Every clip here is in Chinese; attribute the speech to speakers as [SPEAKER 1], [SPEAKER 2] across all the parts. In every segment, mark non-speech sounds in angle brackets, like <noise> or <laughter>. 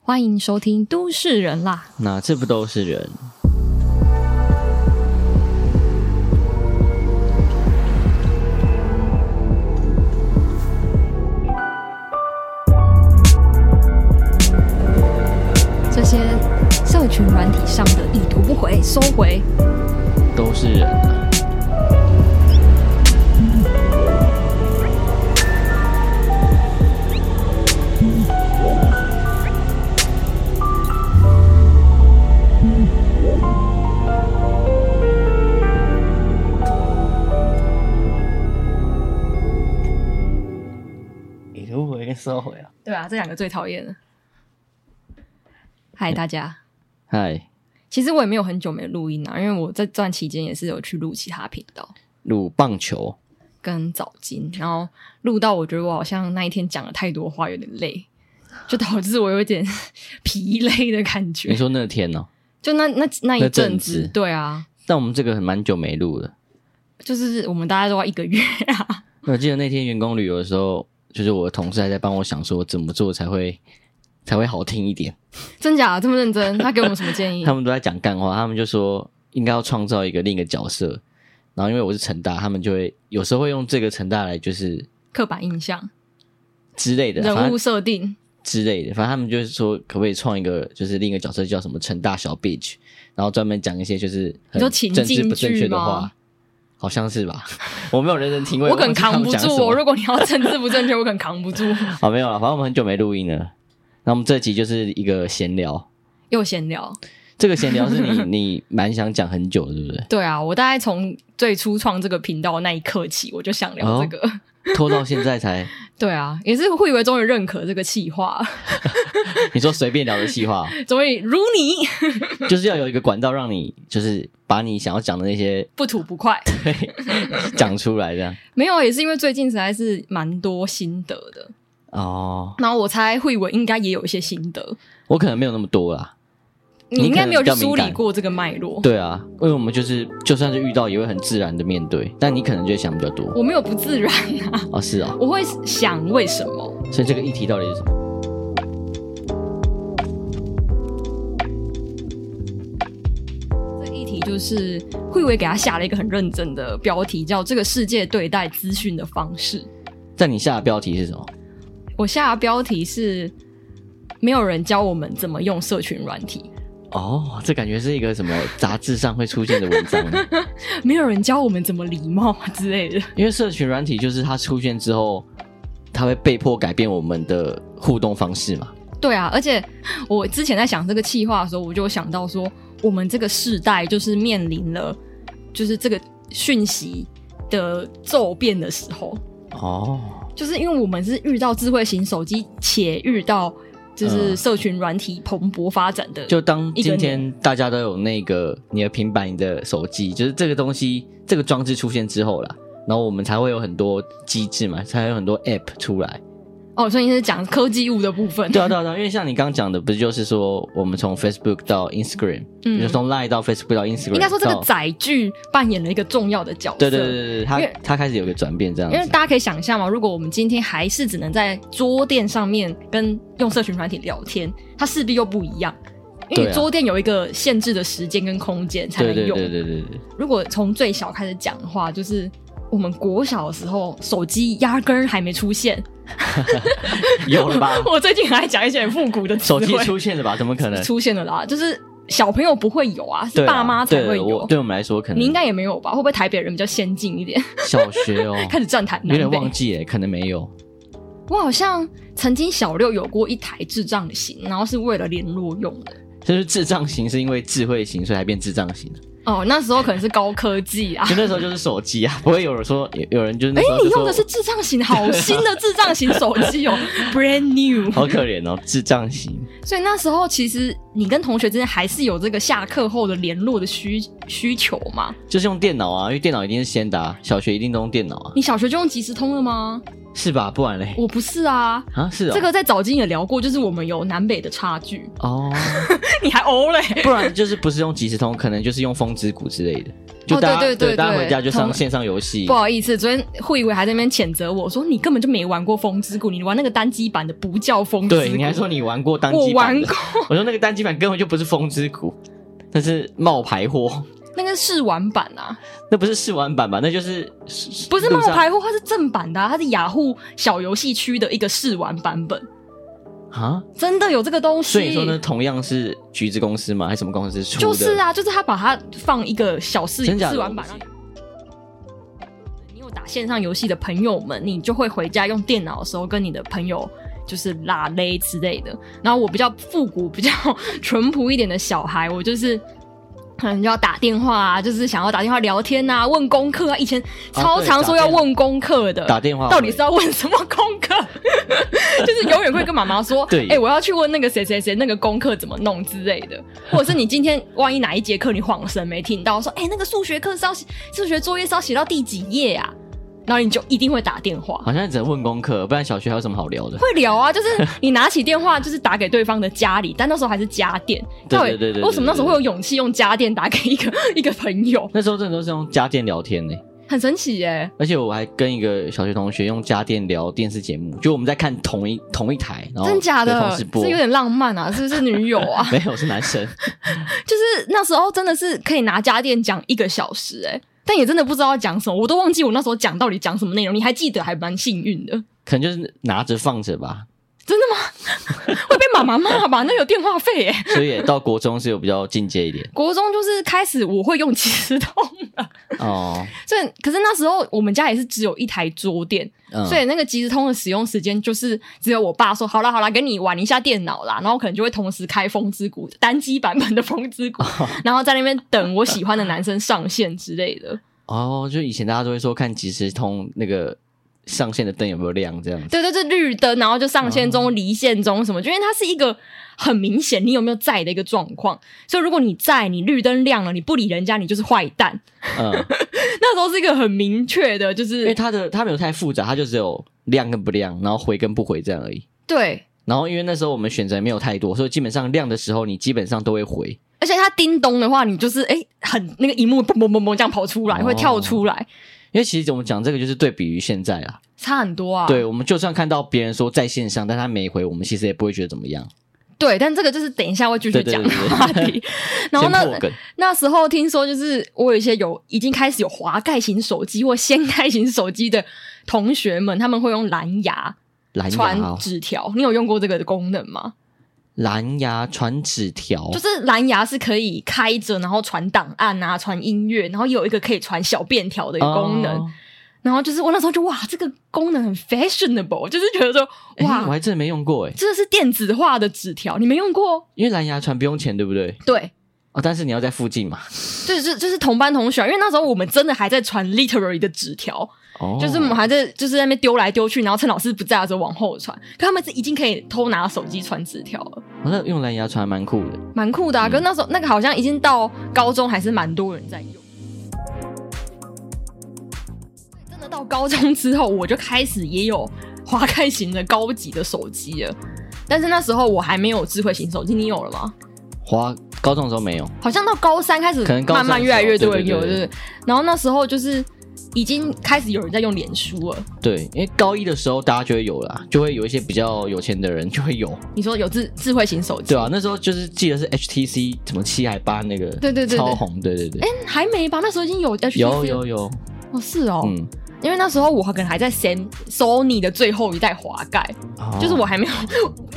[SPEAKER 1] 欢迎收听《都市人》啦！
[SPEAKER 2] 那这不都是人？
[SPEAKER 1] 这些社群软体上的已读不回、收回，
[SPEAKER 2] 都是人啊！你都不会收回啊？
[SPEAKER 1] 对啊，这两个最讨厌了。嗨，大家！
[SPEAKER 2] 嗨，
[SPEAKER 1] 其实我也没有很久没录音啊，因为我这段期间也是有去录其他频道
[SPEAKER 2] 鲁棒球，
[SPEAKER 1] 跟早金，然后录到我觉得我好像那一天讲了太多话，有点累，就导致我有点疲累的感
[SPEAKER 2] 你
[SPEAKER 1] 觉。
[SPEAKER 2] 说那天哦、
[SPEAKER 1] 就那那那一
[SPEAKER 2] 那阵
[SPEAKER 1] 阵子
[SPEAKER 2] 子，
[SPEAKER 1] 对啊，
[SPEAKER 2] 但我们这个蛮久没录了。
[SPEAKER 1] 就是我们大家都要一个月 <laughs> 啊，
[SPEAKER 2] 我记得那天员工旅游的时候，就是我的同事还在帮我想说怎么做才会才会好听一点。
[SPEAKER 1] 真假这么认真？他给我们什么建议
[SPEAKER 2] 他？们都在讲干话，他们就说应该要创造一个另一个角色。然后因为我是成大，他们就会有时候会用这个成大来就是
[SPEAKER 1] 刻板印象、
[SPEAKER 2] 之类的，反
[SPEAKER 1] 人物
[SPEAKER 2] 正
[SPEAKER 1] 设定，
[SPEAKER 2] 之类的，反正他们就是说可不可以创一个就是另一个角色叫什么成大小 bitch，然后专门讲一些就是
[SPEAKER 1] 你
[SPEAKER 2] 很
[SPEAKER 1] 说情
[SPEAKER 2] 政治
[SPEAKER 1] 境
[SPEAKER 2] 不正
[SPEAKER 1] 剧
[SPEAKER 2] 确的
[SPEAKER 1] 吗
[SPEAKER 2] 话。好像是吧， <laughs> 我没有认真听，
[SPEAKER 1] 我
[SPEAKER 2] 也
[SPEAKER 1] 可能
[SPEAKER 2] 忘记他
[SPEAKER 1] 扛
[SPEAKER 2] 们
[SPEAKER 1] 不
[SPEAKER 2] 讲
[SPEAKER 1] 住
[SPEAKER 2] 什
[SPEAKER 1] 哦。
[SPEAKER 2] 么
[SPEAKER 1] 如果你要政治不正确，我可能扛不住。 <laughs>
[SPEAKER 2] <laughs> 好，没有了，反正我们很久没录音了。那我们这集就是一个闲聊，
[SPEAKER 1] 又闲聊，
[SPEAKER 2] 这个闲聊是 <laughs> 你你蛮想讲很久的，对不对？
[SPEAKER 1] 对啊，我大概从最初创这个频道那一刻起，我就想聊
[SPEAKER 2] 哦
[SPEAKER 1] 这个。
[SPEAKER 2] 拖到现在才，
[SPEAKER 1] <laughs> 对啊，也是会以为终于认可这个企划，
[SPEAKER 2] 你说随便聊的计划哦、
[SPEAKER 1] 终于如你
[SPEAKER 2] 就是要有一个管道让你就是把你想要讲的那些
[SPEAKER 1] 不吐不快。
[SPEAKER 2] 讲出来，这样
[SPEAKER 1] 没有，啊也是因为最近实在是蛮多心得的，
[SPEAKER 2] 哦。
[SPEAKER 1] 然后我猜慧文应该也有一些心得，
[SPEAKER 2] 我可能没有那么多啦，
[SPEAKER 1] 你
[SPEAKER 2] 你
[SPEAKER 1] 应该
[SPEAKER 2] 可能
[SPEAKER 1] 没有去
[SPEAKER 2] 比较敏
[SPEAKER 1] 梳理
[SPEAKER 2] 感
[SPEAKER 1] 过这个脉络。
[SPEAKER 2] 对啊，因为我们就是就算是遇到也会很自然的面对，但你可能就会想比较多
[SPEAKER 1] 我没有不自然，
[SPEAKER 2] 哦，是啊，
[SPEAKER 1] 我会想为什么。
[SPEAKER 2] 所以这个议题到底是什么？
[SPEAKER 1] 这一题就是慧伟给他下了一个很认真的标题，叫“这个世界对待资讯的方式
[SPEAKER 2] 在你下的标题是什么？”。
[SPEAKER 1] 我下的标题是“没有人教我们怎么用社群软体，
[SPEAKER 2] 哦，这感觉是一个什么杂志上会出现的文章，啊
[SPEAKER 1] 没有人教我们怎么礼貌啊之类的
[SPEAKER 2] 因为社群软体就是它出现之后，它会被迫改变我们的互动方式嘛。”。
[SPEAKER 1] 对啊，而且我之前在想这个计划的时候，我就想到说，我们这个世代就是面临了就是这个讯息的骤变的时候，
[SPEAKER 2] 哦，
[SPEAKER 1] 就是因为我们是遇到智慧型手机，且遇到就是
[SPEAKER 2] 嗯
[SPEAKER 1] 社群软体蓬勃发展的，
[SPEAKER 2] 就当
[SPEAKER 1] 一个
[SPEAKER 2] 今
[SPEAKER 1] 人
[SPEAKER 2] 天大家都有那个你的平板、你的手机，就是这个东西、这个装置出现之后啦，然后我们才会有很多机制嘛，才会有很多 App 出来。
[SPEAKER 1] 哦，所以你是讲科技物的部分，
[SPEAKER 2] 对啊，对啊，对啊，因为像你刚刚讲的，不是就是说我们从 Facebook 到 Instagram，、
[SPEAKER 1] 嗯
[SPEAKER 2] 就是从 Line 到 Facebook 到 Instagram，
[SPEAKER 1] 应该说这个
[SPEAKER 2] 到
[SPEAKER 1] 载具扮演了一个重要的角色。
[SPEAKER 2] 对对对对对，它
[SPEAKER 1] 因为
[SPEAKER 2] 它开始有个转变这样
[SPEAKER 1] 因为
[SPEAKER 2] 子。
[SPEAKER 1] 大家可以想象嘛，如果我们今天还是只能在桌垫上面跟用社群软体聊天，它势必又不一样，因为
[SPEAKER 2] 对
[SPEAKER 1] 你
[SPEAKER 2] 啊
[SPEAKER 1] 桌垫有一个限制的时间跟空间才能
[SPEAKER 2] 对
[SPEAKER 1] 用。
[SPEAKER 2] 对对对对对，
[SPEAKER 1] 如果从最小开始讲的话，就是我们国小的时候，手机压根儿还没出现，
[SPEAKER 2] 有了吧？
[SPEAKER 1] <laughs> 我最近还讲一些很复古的词
[SPEAKER 2] 手
[SPEAKER 1] 汇
[SPEAKER 2] 机出现了吧？怎么可能？
[SPEAKER 1] 出现了啦，就是小朋友不会有啊，是
[SPEAKER 2] 对啊
[SPEAKER 1] 爸妈才
[SPEAKER 2] 对
[SPEAKER 1] 会
[SPEAKER 2] 我
[SPEAKER 1] 有。
[SPEAKER 2] 对我们来说可能
[SPEAKER 1] 你应该也没有吧？会不会台北人比较先进一点，
[SPEAKER 2] 小学
[SPEAKER 1] <laughs>
[SPEAKER 2] 哦，
[SPEAKER 1] 开始站台
[SPEAKER 2] 有
[SPEAKER 1] 南
[SPEAKER 2] 点
[SPEAKER 1] 北
[SPEAKER 2] 忘记哎，可能没有。
[SPEAKER 1] 我好像曾经小六有过一台智障型，然后是为了联络用的。
[SPEAKER 2] 就是智障型是因为智慧型，所以才变智障型的。
[SPEAKER 1] 哦，那时候可能是高科技啊。
[SPEAKER 2] 就那时候就是手机啊，不会有人说有有人就是 <laughs> 那
[SPEAKER 1] 哎
[SPEAKER 2] 时候，就
[SPEAKER 1] 你
[SPEAKER 2] 说
[SPEAKER 1] 用的是智障型，好新
[SPEAKER 2] <laughs>
[SPEAKER 1] 的智障型手机哦，brand new。
[SPEAKER 2] 好可怜哦，智障型。
[SPEAKER 1] 所以那时候其实你跟同学之间还是有这个下课后的联络的需需求嘛。
[SPEAKER 2] 就是用电脑啊，因为电脑一定是先打，小学一定都用电脑啊。
[SPEAKER 1] 你小学就用即时通了吗？
[SPEAKER 2] 是吧？不然嘞
[SPEAKER 1] 我不是啊，
[SPEAKER 2] 啊，是哦，
[SPEAKER 1] 这个在早金也聊过，就是我们有南北的差
[SPEAKER 2] <laughs>
[SPEAKER 1] 距。
[SPEAKER 2] 哦，
[SPEAKER 1] 你还欧嘞？
[SPEAKER 2] 不然就是不是用即时通，可能就是用风之谷之类的，就
[SPEAKER 1] 哦
[SPEAKER 2] 大家、
[SPEAKER 1] 对对对
[SPEAKER 2] 大家
[SPEAKER 1] 对
[SPEAKER 2] 回家就上
[SPEAKER 1] 通
[SPEAKER 2] 线上游戏
[SPEAKER 1] 不。好意思，昨天慧伟还在那边谴责我说你根本就没玩过风之谷，你玩那个单机版的不叫风之谷。
[SPEAKER 2] 对，你还说你玩过单
[SPEAKER 1] 我
[SPEAKER 2] 机版
[SPEAKER 1] 玩
[SPEAKER 2] 的
[SPEAKER 1] 过，
[SPEAKER 2] <laughs> 我说那个单机版根本就不是风之谷，那是冒牌货， <laughs>
[SPEAKER 1] 那个试玩版啊，
[SPEAKER 2] 那不是试玩版吧？那就是
[SPEAKER 1] 不是
[SPEAKER 2] 路
[SPEAKER 1] 冒
[SPEAKER 2] 上
[SPEAKER 1] 牌货，它是正版的、啊，它是雅虎小游戏区的一个试玩版本，
[SPEAKER 2] 啊？
[SPEAKER 1] 真的有这个东西。
[SPEAKER 2] 所以你说呢，同样是橘子公司吗？还是什么公司出的？
[SPEAKER 1] 就是，啊，就是他把它放一个小试
[SPEAKER 2] 真假的
[SPEAKER 1] 试玩版
[SPEAKER 2] 我
[SPEAKER 1] 让
[SPEAKER 2] 不
[SPEAKER 1] 你
[SPEAKER 2] 信。
[SPEAKER 1] 你有打线上游戏的朋友们，你就会回家用电脑的时候跟你的朋友就是拉勒之类的。然后我比较复古、比较淳朴一点的小孩，我就是。可能就要打电话啊，就是想要打电话聊天啊，问功课啊。以前超常说要问功课的，
[SPEAKER 2] 打电话
[SPEAKER 1] 到底是要问什么功课？ <laughs> 就是永远会跟妈妈说，
[SPEAKER 2] <laughs> 对
[SPEAKER 1] 哎、我要去问那个谁谁谁那个功课怎么弄之类
[SPEAKER 2] <laughs>
[SPEAKER 1] 的，或者是你今天万一哪一节课你晃神没听到，说，哎、那个数学课是要写数学作业是要写到第几页啊？然后你就一定会打电话，
[SPEAKER 2] 好像只能问功课，不然小学还有什么好聊的？
[SPEAKER 1] 会聊啊，就是你拿起电话 <laughs> 就是打给对方的家里，但那时候还是家电，
[SPEAKER 2] 对
[SPEAKER 1] 到底
[SPEAKER 2] 对对对对
[SPEAKER 1] 为什么那时候会有勇气用家电打给一个 <laughs> 一个朋友？
[SPEAKER 2] 那时候真的都是用家电聊天呢、
[SPEAKER 1] 很神奇耶、
[SPEAKER 2] 而且我还跟一个小学同学用家电聊电视节目，就我们在看同一同一台，然后
[SPEAKER 1] 真假
[SPEAKER 2] 对
[SPEAKER 1] 的
[SPEAKER 2] 同时，播？
[SPEAKER 1] 是有点浪漫啊，是不是女友啊
[SPEAKER 2] 没有是男生，
[SPEAKER 1] 就是那时候真的是可以拿家电讲一个小时、欸，但也真的不知道讲什么，我都忘记我那时候讲到底讲什么内容。你还记得，还蛮幸运的，
[SPEAKER 2] 可能就是拿着放着吧，
[SPEAKER 1] 会被妈妈骂吧？那有电话费、欸，
[SPEAKER 2] 所以也到国中是有比较进阶一点
[SPEAKER 1] <laughs> 国中就是开始我会用即时通了，
[SPEAKER 2] 哦，
[SPEAKER 1] 所以可是那时候我们家也是只有一台桌垫，
[SPEAKER 2] 嗯，
[SPEAKER 1] 所以那个即时通的使用时间就是只有我爸说好啦好啦，跟你玩一下电脑啦，然后可能就会同时开《风之谷》单机版本的《风之谷》然后在那边等我喜欢的男生上线之类的。
[SPEAKER 2] 哦，就以前大家都会说看即时通那个上线的灯有没有亮这样子，
[SPEAKER 1] 对对，对，绿灯，然后就上线中、离线中什么，就因为它是一个很明显你有没有在的一个状况。所以如果你在，你绿灯亮了，你不理人家，你就是坏蛋。 <laughs>
[SPEAKER 2] 嗯，
[SPEAKER 1] 那时候是一个很明确的，就
[SPEAKER 2] 因为
[SPEAKER 1] 是
[SPEAKER 2] 它的它没有太复杂，它就只有亮跟不亮，然后回跟不回这样而已。
[SPEAKER 1] 对，
[SPEAKER 2] 然后因为那时候我们选择没有太多，所以基本上亮的时候你基本上都会回。
[SPEAKER 1] 而且它叮咚的话，你就是哎，很那个荧幕嘣嘣嘣嘣这样跑出来，
[SPEAKER 2] 哦
[SPEAKER 1] 会跳出来，
[SPEAKER 2] 因为其实我们讲这个就是对比于现在啦，
[SPEAKER 1] 差很多啊。
[SPEAKER 2] 对我们就算看到别人说在线上，但他没回，我们其实也不会觉得怎么样。
[SPEAKER 1] 对，但这个就是等一下会继续
[SPEAKER 2] 对对
[SPEAKER 1] 讲
[SPEAKER 2] 对
[SPEAKER 1] 的
[SPEAKER 2] 对
[SPEAKER 1] 话 <laughs> 题。然后呢
[SPEAKER 2] 先，破梗
[SPEAKER 1] 那时候听说，就是我有一些有已经开始有滑盖型手机或掀盖型手机的同学们，他们会用蓝牙
[SPEAKER 2] 蓝牙
[SPEAKER 1] 传
[SPEAKER 2] 哦、
[SPEAKER 1] 纸条。你有用过这个功能吗？
[SPEAKER 2] 蓝牙传纸条
[SPEAKER 1] 就，是蓝牙是可以开着，然后传档案啊，传音乐，然后有一个可以传小便条的一个功能。
[SPEAKER 2] 哦
[SPEAKER 1] 然后就是我那时候就哇，这个功能很 fashionable，就是觉得说
[SPEAKER 2] 诶我 <laughs>
[SPEAKER 1] 哇，
[SPEAKER 2] 还真的没用过哎，
[SPEAKER 1] 这是电子化的纸条，你没用过？
[SPEAKER 2] 因为蓝牙传不用钱，对不对？
[SPEAKER 1] 对，
[SPEAKER 2] 哦，但是你要在附近嘛。
[SPEAKER 1] 就是就是同班同学，因为那时候我们真的还在传 literary 的纸条，
[SPEAKER 2] 哦，
[SPEAKER 1] 就是我们还在就是在那边丢来丢去，然后趁老师不在的时候往后传。可他们是已经可以偷拿手机传纸条了，
[SPEAKER 2] 哦那用蓝牙传还蛮酷的。
[SPEAKER 1] 蛮酷的啊。
[SPEAKER 2] 嗯
[SPEAKER 1] 可是那时候那个好像已经到高中，还是蛮多人在用。真的到高中之后，我就开始也有滑盖型的高级的手机了。但是那时候我还没有智慧型手机，你有了吗？
[SPEAKER 2] 花高中的时候没有，
[SPEAKER 1] 好像到高三开始
[SPEAKER 2] 可能，高三
[SPEAKER 1] 慢慢越来越多人
[SPEAKER 2] 的时
[SPEAKER 1] 有，
[SPEAKER 2] 候
[SPEAKER 1] 对
[SPEAKER 2] 对
[SPEAKER 1] 不
[SPEAKER 2] 对对
[SPEAKER 1] 对？然后那时候就是已经开始有人在用脸书了。
[SPEAKER 2] 对，因为高一的时候大家就会有啦，就会有一些比较有钱的人就会有，
[SPEAKER 1] 你说有智智慧型手机？
[SPEAKER 2] 对啊，那时候就是记得是 HTC 什么七还八那个，
[SPEAKER 1] 对对对对
[SPEAKER 2] 超红，对对对，
[SPEAKER 1] 还没吧？那时候已经有 HTC
[SPEAKER 2] 有有有，
[SPEAKER 1] 哦，是哦，
[SPEAKER 2] 嗯，
[SPEAKER 1] 因为那时候我可能还在 Sam Sony 的最后一代滑盖，
[SPEAKER 2] 哦
[SPEAKER 1] 就是我还没有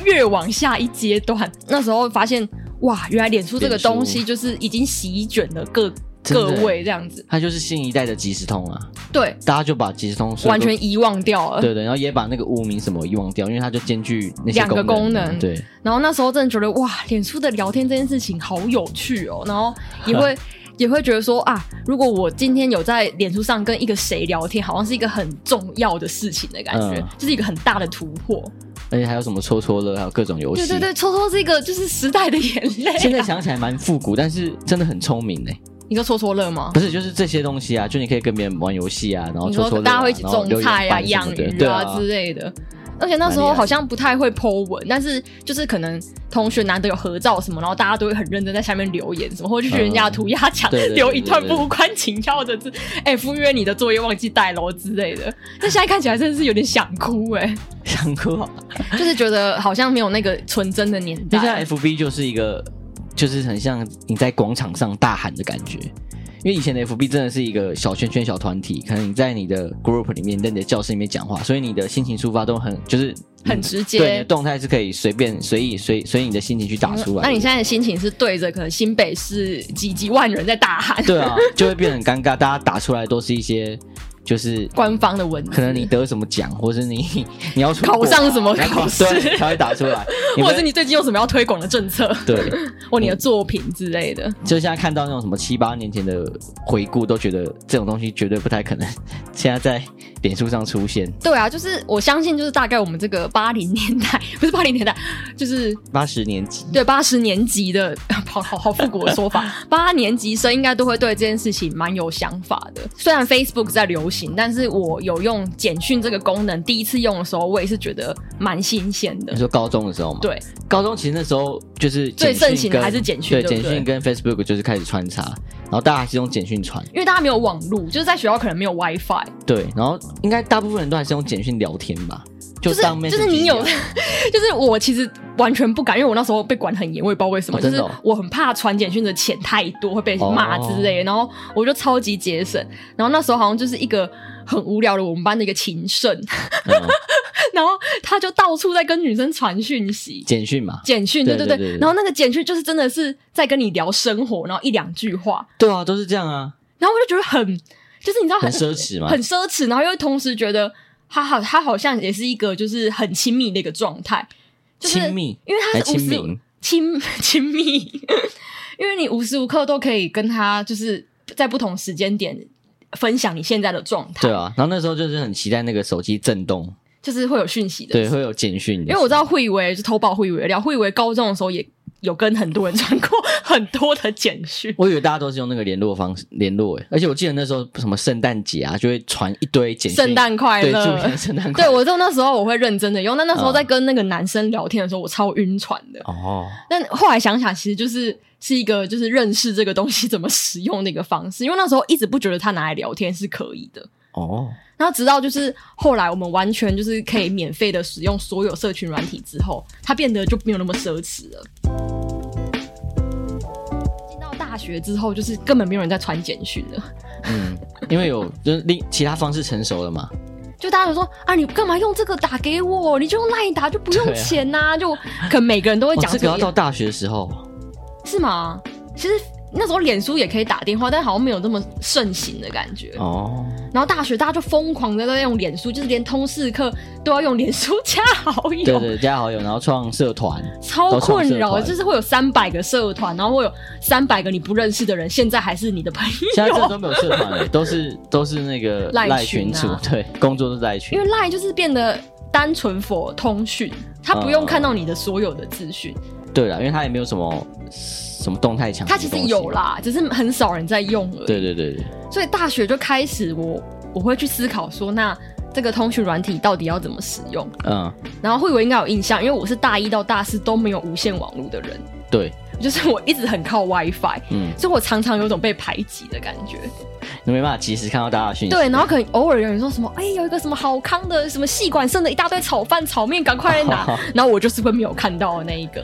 [SPEAKER 1] 越往下一阶段。那时候发现哇，原来脸书这个
[SPEAKER 2] 脸书
[SPEAKER 1] 东西就是已经席卷了各
[SPEAKER 2] 真
[SPEAKER 1] 各
[SPEAKER 2] 的
[SPEAKER 1] 位这样子，
[SPEAKER 2] 它就是新一代的即时通啊，
[SPEAKER 1] 对，
[SPEAKER 2] 大家就把即时通所有
[SPEAKER 1] 完
[SPEAKER 2] 都
[SPEAKER 1] 全遗忘掉了。
[SPEAKER 2] 对对，然后也把那个无名什么遗忘掉，因为它就兼具那些
[SPEAKER 1] 两个
[SPEAKER 2] 功
[SPEAKER 1] 功能
[SPEAKER 2] 对，
[SPEAKER 1] 然后那时候真的觉得哇，脸书的聊天这件事情好有趣哦，然后也
[SPEAKER 2] <laughs>
[SPEAKER 1] 会也会觉得说啊，如果我今天有在脸书上跟一个谁聊天，好像是一个很重要的事情的感觉，
[SPEAKER 2] 嗯
[SPEAKER 1] 就是一个很大的突破。
[SPEAKER 2] 而且还有什么戳戳乐，还有各种游戏。 <laughs>
[SPEAKER 1] 对对对，抽抽这个就是时代的眼泪、啊
[SPEAKER 2] 现在想起来蛮复古，但是真的很聪明哎、
[SPEAKER 1] 你说戳戳乐吗
[SPEAKER 2] 不？是，就是这些东西啊，就你可以跟别人玩游戏啊，然后
[SPEAKER 1] 你
[SPEAKER 2] 搓
[SPEAKER 1] 说
[SPEAKER 2] 搓乐啊
[SPEAKER 1] 大家会一起种菜
[SPEAKER 2] 然后
[SPEAKER 1] 啊、
[SPEAKER 2] 留言板什
[SPEAKER 1] 养
[SPEAKER 2] 么的
[SPEAKER 1] 鱼
[SPEAKER 2] 对
[SPEAKER 1] 啊之类的。而且那时候好像不太会 Po 文，但是就是可能同学难得有合照什么，然后大家都会很认真在下面留言什么，或者去人 <laughs> 家的涂鸦墙
[SPEAKER 2] 嗯对对对
[SPEAKER 1] 留一段
[SPEAKER 2] 对对
[SPEAKER 1] 不无关紧要的字，哎、服务员你的作业忘记带喽之类的。但现在看起来真的是有点想哭哎、
[SPEAKER 2] 想哭啊。
[SPEAKER 1] <laughs> 就是觉得好像没有那个纯真的年
[SPEAKER 2] 那现
[SPEAKER 1] 代。
[SPEAKER 2] 在 FB 就是一个，就是很像你在广场上大喊的感觉。因为以前的 FB 真的是一个小圈圈、小团体，可能你在你的 group 里面、在你的教室里面讲话，所以你的心情抒发都很就是
[SPEAKER 1] 很
[SPEAKER 2] 嗯
[SPEAKER 1] 直接
[SPEAKER 2] 对，你的动态是可以随便、随意、随随你的心情去打出来
[SPEAKER 1] 那
[SPEAKER 2] 的。
[SPEAKER 1] 你现在的心情是对着可能新北市几几万人在大喊， <laughs>
[SPEAKER 2] 对啊，就会变得很尴尬，大家打出来都是一些就是
[SPEAKER 1] 官方的文字，
[SPEAKER 2] 可能你得什么奖，或是你 <laughs> 你要出国
[SPEAKER 1] 考上什么
[SPEAKER 2] 然后
[SPEAKER 1] 考试
[SPEAKER 2] 对才会打出
[SPEAKER 1] <laughs>
[SPEAKER 2] 来，
[SPEAKER 1] 或者是
[SPEAKER 2] 你
[SPEAKER 1] 你最近有什么要推广的政 <laughs> 策，
[SPEAKER 2] 不会对，
[SPEAKER 1] 或你的作品之类的。
[SPEAKER 2] 就现在看到那种什么七八年前的回顾，都觉得这种东西绝对不太可能，现在在脸书上出现。
[SPEAKER 1] 对啊，就是我相信，就是大概我们这个八零年代，不是八零年代， <laughs> 就是
[SPEAKER 2] 八十年级，
[SPEAKER 1] 对八十年级的， <laughs> 好好好复古的说法， <laughs> 八年级生应该都会对这件事情蛮有想法的。虽然 Facebook 在流行，但是我有用简讯这个功能，第一次用的时候，我也是觉得蛮新鲜的
[SPEAKER 2] 你。说高中的时候嘛，，
[SPEAKER 1] 对，
[SPEAKER 2] 高中其实那时候就是
[SPEAKER 1] 最
[SPEAKER 2] 简讯
[SPEAKER 1] 盛行的
[SPEAKER 2] 跟
[SPEAKER 1] 还是简讯对
[SPEAKER 2] 对，
[SPEAKER 1] 不
[SPEAKER 2] 简
[SPEAKER 1] 对
[SPEAKER 2] 讯跟 Facebook 就是开始穿插，然后大家还是用简讯传，
[SPEAKER 1] 因为大家没有网路，就是在学校可能没有 WiFi，
[SPEAKER 2] 对，然后应该大部分人都还是用简讯聊天吧，
[SPEAKER 1] 就是
[SPEAKER 2] 当面
[SPEAKER 1] 就是你有， <laughs> 就是我其实完全不敢，因为我那时候被管很严，我也不知道为什么，
[SPEAKER 2] 哦
[SPEAKER 1] 就
[SPEAKER 2] 真
[SPEAKER 1] 是
[SPEAKER 2] 的哦
[SPEAKER 1] 我很怕传简讯的钱太多会被骂之类的，然后我就超级节省。然后那时候好像就是一个很无聊的我们班的一个情圣，
[SPEAKER 2] 嗯
[SPEAKER 1] <laughs> 然后他就到处在跟女生传讯息。
[SPEAKER 2] 简讯嘛，
[SPEAKER 1] 简讯，对
[SPEAKER 2] 对
[SPEAKER 1] 对
[SPEAKER 2] 对对对
[SPEAKER 1] 然后那个简讯就是真的是在跟你聊生活，然后一两句话，
[SPEAKER 2] 对啊，都是这样啊，
[SPEAKER 1] 然后我就觉得很，就是你知道
[SPEAKER 2] 很奢侈嘛，
[SPEAKER 1] 很奢侈，然后又同时觉得他好，他好像也是一个就是很亲密的一个状态，就是
[SPEAKER 2] 亲密，
[SPEAKER 1] 因为他
[SPEAKER 2] 还
[SPEAKER 1] 是无
[SPEAKER 2] 亲
[SPEAKER 1] 时
[SPEAKER 2] 民，
[SPEAKER 1] 亲 <laughs> 亲密，因为你无时无刻都可以跟他就是在不同时间点分享你现在的状态，
[SPEAKER 2] 对啊。然后那时候就是很期待那个手机震动，
[SPEAKER 1] 就是会有讯息的，
[SPEAKER 2] 对，会有简讯的，
[SPEAKER 1] 因为我知道慧维就偷爆慧维料，慧维高中的时候也有跟很多人传过很多的简
[SPEAKER 2] <laughs>
[SPEAKER 1] 讯。
[SPEAKER 2] 我以为大家都是用那个联络方式联络欸诶，而且我记得那时候什么圣诞节啊，就会传一堆简讯，
[SPEAKER 1] 圣诞快
[SPEAKER 2] 对，祝
[SPEAKER 1] 乐！
[SPEAKER 2] 你圣诞快
[SPEAKER 1] 对
[SPEAKER 2] 乐，
[SPEAKER 1] 我就那时候我会认真的用，但那时候
[SPEAKER 2] 嗯
[SPEAKER 1] 在跟那个男生聊天的时候，我超晕船的。
[SPEAKER 2] 哦，
[SPEAKER 1] 但后来想想，其实就是是一个就是认识这个东西怎么使用的一个方式，因为那时候一直不觉得它拿来聊天是可以的。
[SPEAKER 2] 哦，
[SPEAKER 1] 然后直到就是后来我们完全就是可以免费的使用所有社群软体之后，它变得就没有那么奢侈了。进到大学之后，就是根本没有人在传简讯了，
[SPEAKER 2] 嗯，因为有就是另其他方式成熟了嘛，
[SPEAKER 1] 就大家都说啊，你干嘛用这个打给我？你就用赖打就不用钱呐、就可能每个人都会
[SPEAKER 2] 啊哦
[SPEAKER 1] 讲
[SPEAKER 2] 这个
[SPEAKER 1] 个
[SPEAKER 2] 要到大学的时候，
[SPEAKER 1] 是吗？其实那时候脸书也可以打电话，但好像没有这么盛行的感觉。
[SPEAKER 2] 哦，
[SPEAKER 1] 然后大学大家就疯狂的在用脸书，就是连通识课都要用脸书加好友，
[SPEAKER 2] 对对，加好友，然后创社
[SPEAKER 1] <laughs>
[SPEAKER 2] 团，
[SPEAKER 1] 超困扰。
[SPEAKER 2] 都创社团
[SPEAKER 1] 就是会有三百个社团，然后会有三百个你不认识的人，现在还是你的朋
[SPEAKER 2] 现在这
[SPEAKER 1] 友。
[SPEAKER 2] 都没有社团了，都是都是那个
[SPEAKER 1] 赖
[SPEAKER 2] 赖
[SPEAKER 1] 群
[SPEAKER 2] 群
[SPEAKER 1] 啊
[SPEAKER 2] 组，对，工作都是赖
[SPEAKER 1] <laughs>
[SPEAKER 2] 群
[SPEAKER 1] 因，为 Line 就是变得单纯否通讯，它不
[SPEAKER 2] 啊
[SPEAKER 1] 用看到你的所有的资讯，
[SPEAKER 2] 对啦，因为它也没有什么什么动态墙，
[SPEAKER 1] 它其实有。啦，只是很少人在用而已。
[SPEAKER 2] 对对对对，
[SPEAKER 1] 所以大学就开始我我会去思考说，那这个通讯软体到底要怎么使用？
[SPEAKER 2] 嗯，
[SPEAKER 1] 然后慧文应该有印象，因为我是大一到大四都没有无线网络的人，
[SPEAKER 2] 对，
[SPEAKER 1] 就是我一直很靠 WiFi。
[SPEAKER 2] 嗯，
[SPEAKER 1] 所以我常常有种被排挤的感觉，
[SPEAKER 2] 你没办法及时看到大家的讯息。
[SPEAKER 1] 对，然后可能偶尔有人说什么，哎、有一个什么好康的什么细管剩的一大堆炒饭、炒面，赶快来拿，然后我就是会没有看到的那一个，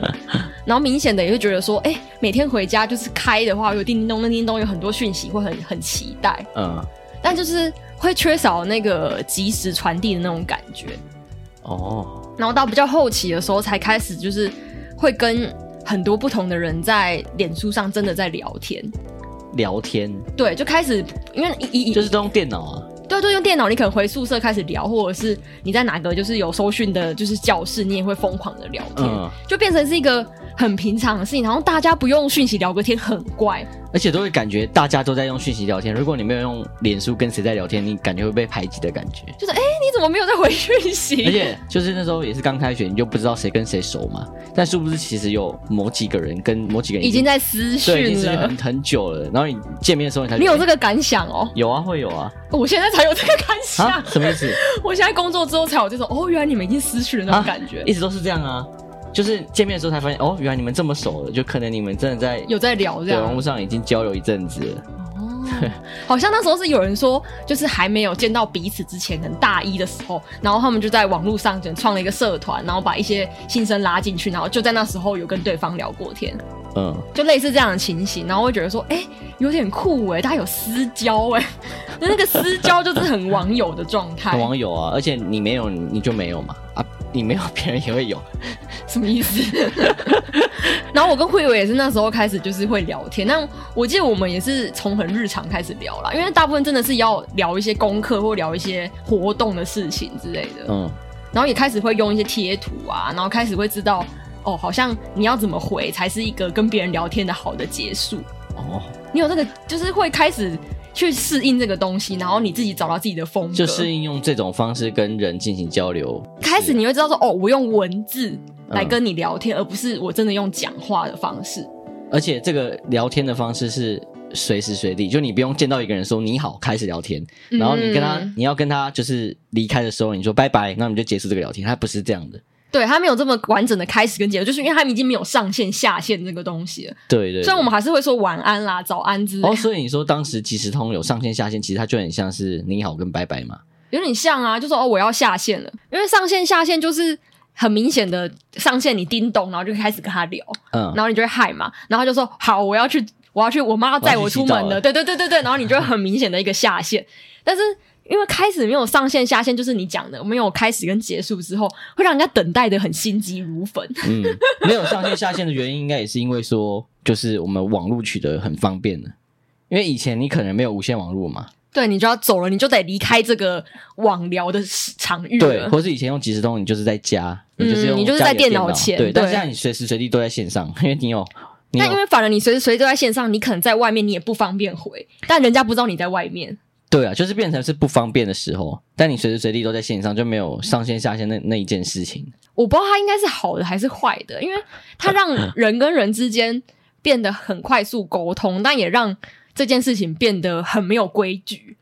[SPEAKER 1] 然后明显的也会觉得说，哎、每天回家就是开的话，有叮叮咚、叮叮咚，有很多讯息，会很很期待，
[SPEAKER 2] 嗯，
[SPEAKER 1] 但就是会缺少那个及时传递的那种感觉。
[SPEAKER 2] 哦，
[SPEAKER 1] 然后到比较后期的时候，才开始就是会跟很多不同的人在脸书上真的在聊天。
[SPEAKER 2] 聊天
[SPEAKER 1] 对，就开始因为一一
[SPEAKER 2] 就是都用电脑啊，
[SPEAKER 1] 对对，用电脑你可能回宿舍开始聊，或者是你在哪个就是有搜讯的，就是教室，你也会疯狂的聊天，
[SPEAKER 2] 嗯，
[SPEAKER 1] 就变成是一个很平常的事情，然后大家不用讯息聊个天很
[SPEAKER 2] <laughs>
[SPEAKER 1] 怪。
[SPEAKER 2] 而且都会感觉大家都在用讯息聊天。如果你没有用脸书跟谁在聊天，你感觉会被排挤的感觉。
[SPEAKER 1] 就是哎、你怎么没有在回讯息？
[SPEAKER 2] 而且就是那时候也是刚开学，你就不知道谁跟谁熟嘛。但殊不知其实有某几个人跟某几个人
[SPEAKER 1] 已经在私
[SPEAKER 2] 对已
[SPEAKER 1] 讯
[SPEAKER 2] 经是
[SPEAKER 1] 了
[SPEAKER 2] 很，很久了。然后你见面的时候，你才
[SPEAKER 1] 你有
[SPEAKER 2] 觉
[SPEAKER 1] 这
[SPEAKER 2] 得
[SPEAKER 1] 个感想哦？
[SPEAKER 2] 有啊，会有啊
[SPEAKER 1] 我现在才有这个感想
[SPEAKER 2] 啊，，什么意思？
[SPEAKER 1] 我现在工作之后才有这种哦，原来你们已经失去了那种
[SPEAKER 2] 啊
[SPEAKER 1] 感觉，
[SPEAKER 2] 一直都是这样啊，就是见面的时候才发现哦，原来你们这么熟了，就可能你们真的在
[SPEAKER 1] 有在聊这
[SPEAKER 2] 对网
[SPEAKER 1] 样
[SPEAKER 2] 络。上已经交流一阵子了。
[SPEAKER 1] 哦，
[SPEAKER 2] <laughs>
[SPEAKER 1] 好像那时候是有人说，就是还没有见到彼此之前，可能大一的时候，然后他们就在网络上就创了一个社团，然后把一些新生拉进去，然后就在那时候有跟对方聊过天，
[SPEAKER 2] 嗯，
[SPEAKER 1] 就类似这样的情形，然后会觉得说，哎、有点酷哎、大家有私交哎、那那个私交就是很网友的状态，
[SPEAKER 2] 网友啊，而且你没有你就没有嘛啊，你没有别人也会有。
[SPEAKER 1] 什么意思？ <laughs> 然后我跟慧伟也是那时候开始就是会聊天，但我记得我们也是从很日常开始聊啦，因为大部分真的是要聊一些功课或聊一些活动的事情之类的，
[SPEAKER 2] 嗯，
[SPEAKER 1] 然后也开始会用一些贴图啊，然后开始会知道哦，好像你要怎么回才是一个跟别人聊天的好的结束。
[SPEAKER 2] 哦，
[SPEAKER 1] 你有这个就是会开始去适应这个东西，然后你自己找到自己的风格，
[SPEAKER 2] 就是用这种方式跟人进行交流。
[SPEAKER 1] 开始你会知道说哦，我用文字来
[SPEAKER 2] 嗯
[SPEAKER 1] 跟你聊天，而不是我真的用讲话的方式。
[SPEAKER 2] 而且这个聊天的方式是随时随地，就你不用见到一个人说你好开始聊天，然后你跟他、
[SPEAKER 1] 嗯
[SPEAKER 2] 你要跟他就是离开的时候你说拜拜，那我们就结束这个聊天。他不是这样的，
[SPEAKER 1] 对他没有这么完整的开始跟结束，就是因为他们已经没有上线下线这个东西了。
[SPEAKER 2] 对对对。
[SPEAKER 1] 虽然我们还是会说晚安啦、早安之类 <laughs> 的，
[SPEAKER 2] <laughs> 哦，所以你说当时即时通有上线下线，其实它就很像是你好跟拜拜嘛。
[SPEAKER 1] 有点像啊，就说哦我要下线了，因为上线下线就是很明显的上线你叮咚，然后就开始跟他聊，
[SPEAKER 2] 嗯，
[SPEAKER 1] 然后你就会嗨嘛，然后他就说好我要去我要去我妈要载我出门
[SPEAKER 2] 我要去洗澡
[SPEAKER 1] 了，
[SPEAKER 2] 了
[SPEAKER 1] 对对对对对，然后你就会很明显的一个下线，但是。因为开始没有上线下线，就是你讲的没有开始跟结束之后，会让人家等待的很心急如焚。
[SPEAKER 2] 嗯，没有上线下线的原因，应该也是因为说，就是我们网络取得很方便了。因为以前你可能没有无线网络嘛，
[SPEAKER 1] 对你就要走了，你就得离开这个网聊的场域
[SPEAKER 2] 对，
[SPEAKER 1] 了。
[SPEAKER 2] 或是以前用即时通，你就是在家，你就是
[SPEAKER 1] 嗯
[SPEAKER 2] 用
[SPEAKER 1] 你就是
[SPEAKER 2] 家
[SPEAKER 1] 在
[SPEAKER 2] 里的电
[SPEAKER 1] 电脑前
[SPEAKER 2] 对，但
[SPEAKER 1] 对
[SPEAKER 2] 现在你随时随地都在线上，因为你有，你
[SPEAKER 1] 但因
[SPEAKER 2] 有，
[SPEAKER 1] 为反而你随时随地都在线上，你可能在外面你也不方便回，但人家不知道你在外面。
[SPEAKER 2] 对啊，就是变成是不方便的时候，但你随时随地都在线上，就没有上线下线那那一件事情。
[SPEAKER 1] 我不知道它应该是好的还是坏的，因为它让人跟人之间变得很快速沟通，但也让这件事情变得很没有规矩，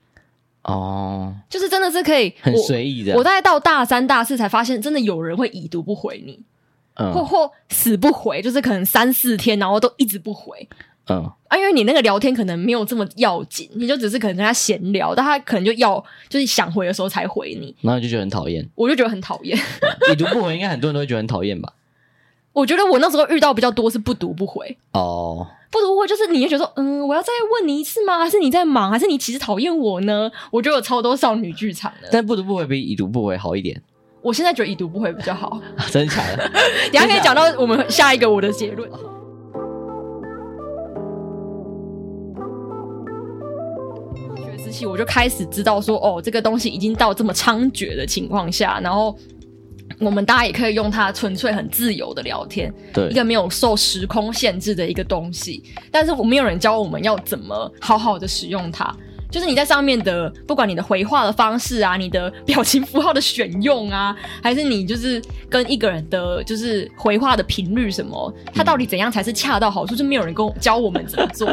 [SPEAKER 2] 哦，
[SPEAKER 1] 就是真的是可以
[SPEAKER 2] 很
[SPEAKER 1] 我
[SPEAKER 2] 随意的啊，
[SPEAKER 1] 我大概到大三、大四才发现，真的有人会已读不回你，或
[SPEAKER 2] 嗯
[SPEAKER 1] 或死不回，就是可能三四天，然后都一直不回。
[SPEAKER 2] 嗯，
[SPEAKER 1] 啊，因为你那个聊天可能没有这么要紧，你就只是可能跟他闲聊，但他可能就要就是想回的时候才回你，
[SPEAKER 2] 然后你就觉得很讨厌，
[SPEAKER 1] 我就觉得很讨厌。 <laughs>
[SPEAKER 2] <laughs> 已读不回，应该很多人都会觉得很讨厌吧？
[SPEAKER 1] 我觉得我那时候遇到比较多是不读不回，
[SPEAKER 2] 哦，
[SPEAKER 1] 不读不回就是你就觉得说，嗯，我要再问你一次吗？还是你在忙？还是你其实讨厌我呢？我觉得有超多少女剧场的，
[SPEAKER 2] 但不读不回比已读不回好一点， <laughs>
[SPEAKER 1] 我现在觉得已读不回比较好。
[SPEAKER 2] 啊、真的假的？
[SPEAKER 1] 等一下可以讲到我们下一个我的结论。学时期我就开始知道说，哦，这个东西已经到这么猖獗的情况下，然后我们大家也可以用它纯粹很自由的聊天，
[SPEAKER 2] 对
[SPEAKER 1] 一，个没有受时空限制的一个东西，但是我没有人教我们要怎么好好的使用它。就是你在上面的，不管你的回话的方式啊，你的表情符号的选用啊，还是你就是跟一个人的，就是回话的频率什么，它到底怎样才是恰到好处？就没有人跟我教我们怎么做。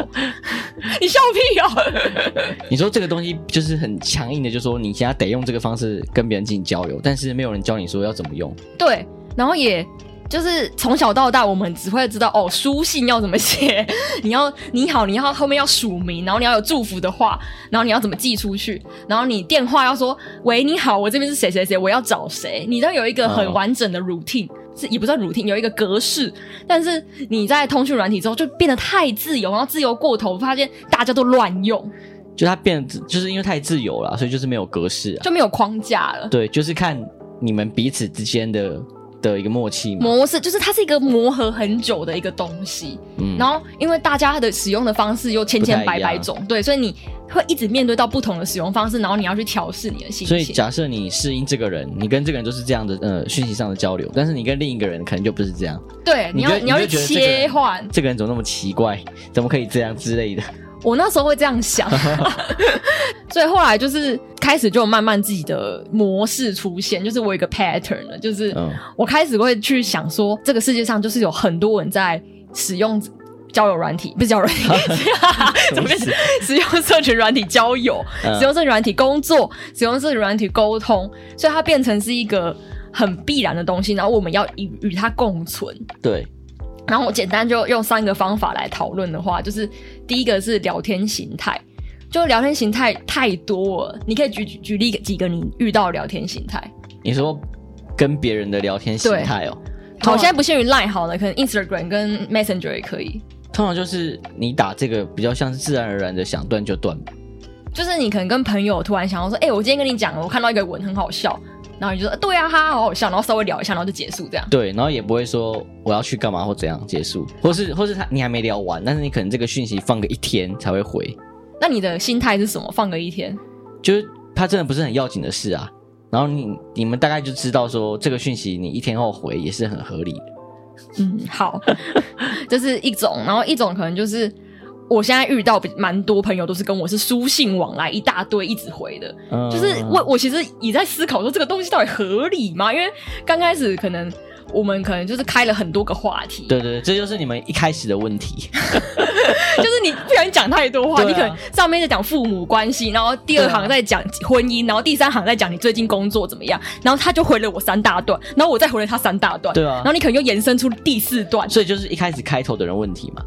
[SPEAKER 1] 你笑屁哦！
[SPEAKER 2] 你说这个东西就是很强硬的，就说你现在得用这个方式跟别人进行交流，但是没有人教你说要怎么用。
[SPEAKER 1] 对，然后也就是从小到大，我们只会知道哦，书信要怎么写，你要你好，你要后面要署名，然后你要有祝福的话，然后你要怎么寄出去，然后你电话要说喂你好，我这边是谁谁谁，我要找谁，你都有一个很
[SPEAKER 2] 嗯
[SPEAKER 1] 完整的 routine。是也不算 routine，有一个格式，但是你在通讯软体之后就变得太自由，然后自由过头，发现大家都乱用，
[SPEAKER 2] 就它变，就是因为太自由了，所以就是没有格式啊。
[SPEAKER 1] 就没有框架了。
[SPEAKER 2] 对，就是看你们彼此之间的的一个默契嘛。
[SPEAKER 1] 模式就是它是一个磨合很久的一个东西，
[SPEAKER 2] 嗯
[SPEAKER 1] 然后因为大家的使用的方式又千千百百种，对，所以你会一直面对到不同的使用方式，然后你要去调试你的心
[SPEAKER 2] 所以
[SPEAKER 1] 情。
[SPEAKER 2] 假设你适应这个人，你跟这个人都是这样的呃讯息上的交流，但是你跟另一个人可能就不是这样。
[SPEAKER 1] 对，你
[SPEAKER 2] 你
[SPEAKER 1] 要
[SPEAKER 2] 就
[SPEAKER 1] 你要
[SPEAKER 2] 你
[SPEAKER 1] 去
[SPEAKER 2] 就觉得这个人
[SPEAKER 1] 切换。
[SPEAKER 2] 这个人怎么那么奇怪？怎么可以这样之类的？
[SPEAKER 1] 我那时候会这样
[SPEAKER 2] <laughs>
[SPEAKER 1] 想，所以后来就是开始就有慢慢自己的模式出现，就是我有一个 pattern 了，就是
[SPEAKER 2] 嗯
[SPEAKER 1] 我开始会去想说，这个世界上就是有很多人在使用交友软体，不是交友软体，怎么变成使用社群软体交友，
[SPEAKER 2] 嗯
[SPEAKER 1] 使用社群软体工作，使用社群软体沟通，所以它变成是一个很必然的东西，然后我们要与与它共存。
[SPEAKER 2] 对，
[SPEAKER 1] 然后我简单就用三个方法来讨论的话，就是第一个是聊天形态，就聊天形态太多了，你可以举举举例几个你遇到的聊天形态。
[SPEAKER 2] 你说跟别人的聊天形态哦，
[SPEAKER 1] 好，现在不限于 Line 好了，可能 Instagram 跟 Messenger 也可以。
[SPEAKER 2] 通常就是你打这个比较像是自然而然的想断就断，
[SPEAKER 1] 就是你可能跟朋友突然想要说，哎、我今天跟你讲，我看到一个文很好笑，然后你就说，对啊，哈，好好笑，然后稍微聊一下，然后就结束这样。
[SPEAKER 2] 对，然后也不会说我要去干嘛或怎样结束，或是或是他你还没聊完，但是你可能这个讯息放个一天才会回，
[SPEAKER 1] 那你的心态是什么？放个一天，
[SPEAKER 2] 就是他真的不是很要紧的事啊。然后你你们大概就知道说这个讯息你一天后回也是很合理的，
[SPEAKER 1] 嗯，好， <laughs> 这是一种，然后一种可能就是。我现在遇到比蛮多朋友都是跟我是书信往来一大堆，一直回的，
[SPEAKER 2] 嗯
[SPEAKER 1] 就是我我其实也在思考说这个东西到底合理吗？因为刚开始可能我们可能就是开了很多个话题，
[SPEAKER 2] 对对对，这就是你们一开始的问题。
[SPEAKER 1] 就是你不小心讲太多话，
[SPEAKER 2] 对啊
[SPEAKER 1] 你可能上面在讲父母关系，然后第二行在讲婚姻，然后第三行在讲你最近工作怎么样，然后他就回了我三大段，然后我再回了他三大段，
[SPEAKER 2] 对啊
[SPEAKER 1] 然后你可能又延伸出第四段，
[SPEAKER 2] 所以就是一开始开头的人问题
[SPEAKER 1] <laughs>
[SPEAKER 2] 嘛，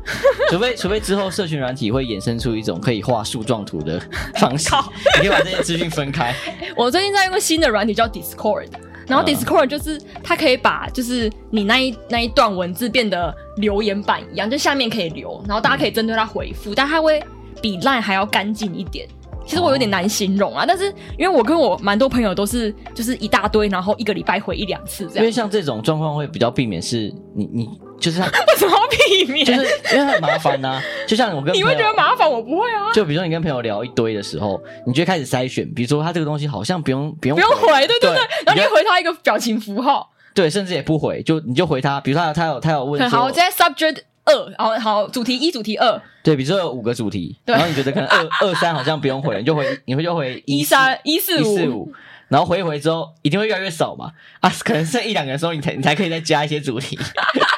[SPEAKER 2] 除非除非之后社群软体会衍生出一种可以画树状图的方式
[SPEAKER 1] 靠，
[SPEAKER 2] 你可以把这些资讯分开。
[SPEAKER 1] 我最近在用个新的软体叫 Discord，然后
[SPEAKER 2] 嗯
[SPEAKER 1] Discord 就是它可以把就是你那一那一段文字变得留言板一样，就下面可以留，然后大家可
[SPEAKER 2] 嗯
[SPEAKER 1] 以针对它回复，但它会比 Line 还要干净一点。其实我有点难形容啊，但是因为我跟我蛮多朋友都是就是一大堆，然后一个礼拜回一两次 <laughs> 这
[SPEAKER 2] 因为
[SPEAKER 1] 样，
[SPEAKER 2] 像这种状况会比较避免是你你就是
[SPEAKER 1] <laughs>
[SPEAKER 2] 他
[SPEAKER 1] 为什么要避免？
[SPEAKER 2] 就是因为很麻烦呐、就像我跟
[SPEAKER 1] <laughs> 你会
[SPEAKER 2] 朋
[SPEAKER 1] 觉得
[SPEAKER 2] 友
[SPEAKER 1] 麻烦，我不会啊，
[SPEAKER 2] 就比如说你跟朋友聊一堆的时候，你就会开始筛选，比如说他这个东西好像不用不用
[SPEAKER 1] 不用回，对对对，然后你
[SPEAKER 2] 你
[SPEAKER 1] 会
[SPEAKER 2] 就
[SPEAKER 1] 回他一个表情符号，
[SPEAKER 2] 对，甚至也不回，就你就回他，比如说他有他有他有问
[SPEAKER 1] 很好，
[SPEAKER 2] 说
[SPEAKER 1] 我现在 subject 二，然后好主题一，主题二，
[SPEAKER 2] 对，比如说有五个主题，
[SPEAKER 1] 对
[SPEAKER 2] 然后你觉得可能二二三好像不用回了，你就回你会就回
[SPEAKER 1] 一
[SPEAKER 2] 四
[SPEAKER 1] 三一四
[SPEAKER 2] 一四
[SPEAKER 1] 五，
[SPEAKER 2] 五，然后回一回之后，一定会越来越少嘛。啊，可能剩一两个的时候，你才你才可以再加一些主题， <laughs>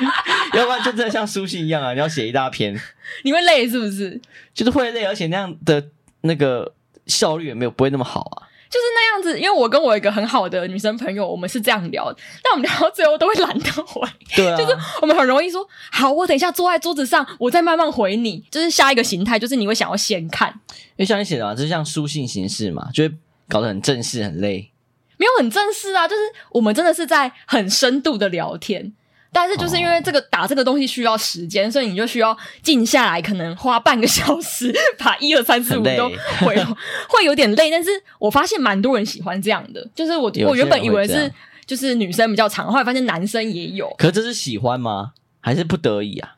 [SPEAKER 2] 要不然就真的像书信一样啊，你要写一大篇，
[SPEAKER 1] 你会累是不是？
[SPEAKER 2] 就是会累，而且那样的那个效率也没有不会那么好啊。
[SPEAKER 1] 就是那样子，因为我跟我一个很好的女生朋友，我们是这样聊的，但我们聊到最后都会懒得回，
[SPEAKER 2] 对啊，
[SPEAKER 1] 就是我们很容易说好，我等一下坐在桌子上，我再慢慢回你。就是下一个形态，就是你会想要先看，
[SPEAKER 2] 因为像你写的嘛，就是像书信形式嘛，就会搞得很正式，很累。
[SPEAKER 1] 没有很正式啊，就是我们真的是在很深度的聊天。但是就是因为这个打这个东西需要时间，所以你就需要静下来，可能花半个小时把一二三四五
[SPEAKER 2] 很累
[SPEAKER 1] 都回， <laughs> 会有点累。但是我发现蛮多人喜欢这样的，就是我
[SPEAKER 2] 有些人
[SPEAKER 1] 我原本以为
[SPEAKER 2] 会这
[SPEAKER 1] 是
[SPEAKER 2] 样
[SPEAKER 1] 就是女生比较长，后来发现男生也有。
[SPEAKER 2] 可是这是喜欢吗？还是不得
[SPEAKER 1] <laughs>
[SPEAKER 2] 已啊？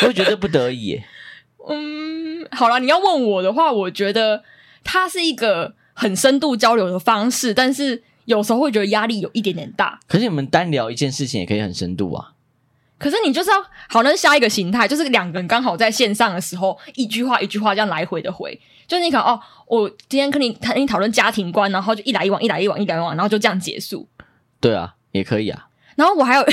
[SPEAKER 2] 我会觉得不得已耶，
[SPEAKER 1] 嗯，好了，你要问我的话，我觉得它是一个很深度交流的方式，但是有时候会觉得压力有一点点大。
[SPEAKER 2] 可是你们单聊一件事情也可以很深度啊。
[SPEAKER 1] 可是你就是要好，那是下一个形态，就是两个人刚好在线上的时候，一句话一句话这样来回的回，就是你可能哦，我今天跟你谈跟你讨论家庭观，然后就一来一往，一来一往，一来一往，然后就这样结束。
[SPEAKER 2] 对啊，也可以啊。
[SPEAKER 1] 然后我
[SPEAKER 2] <laughs>
[SPEAKER 1] 还有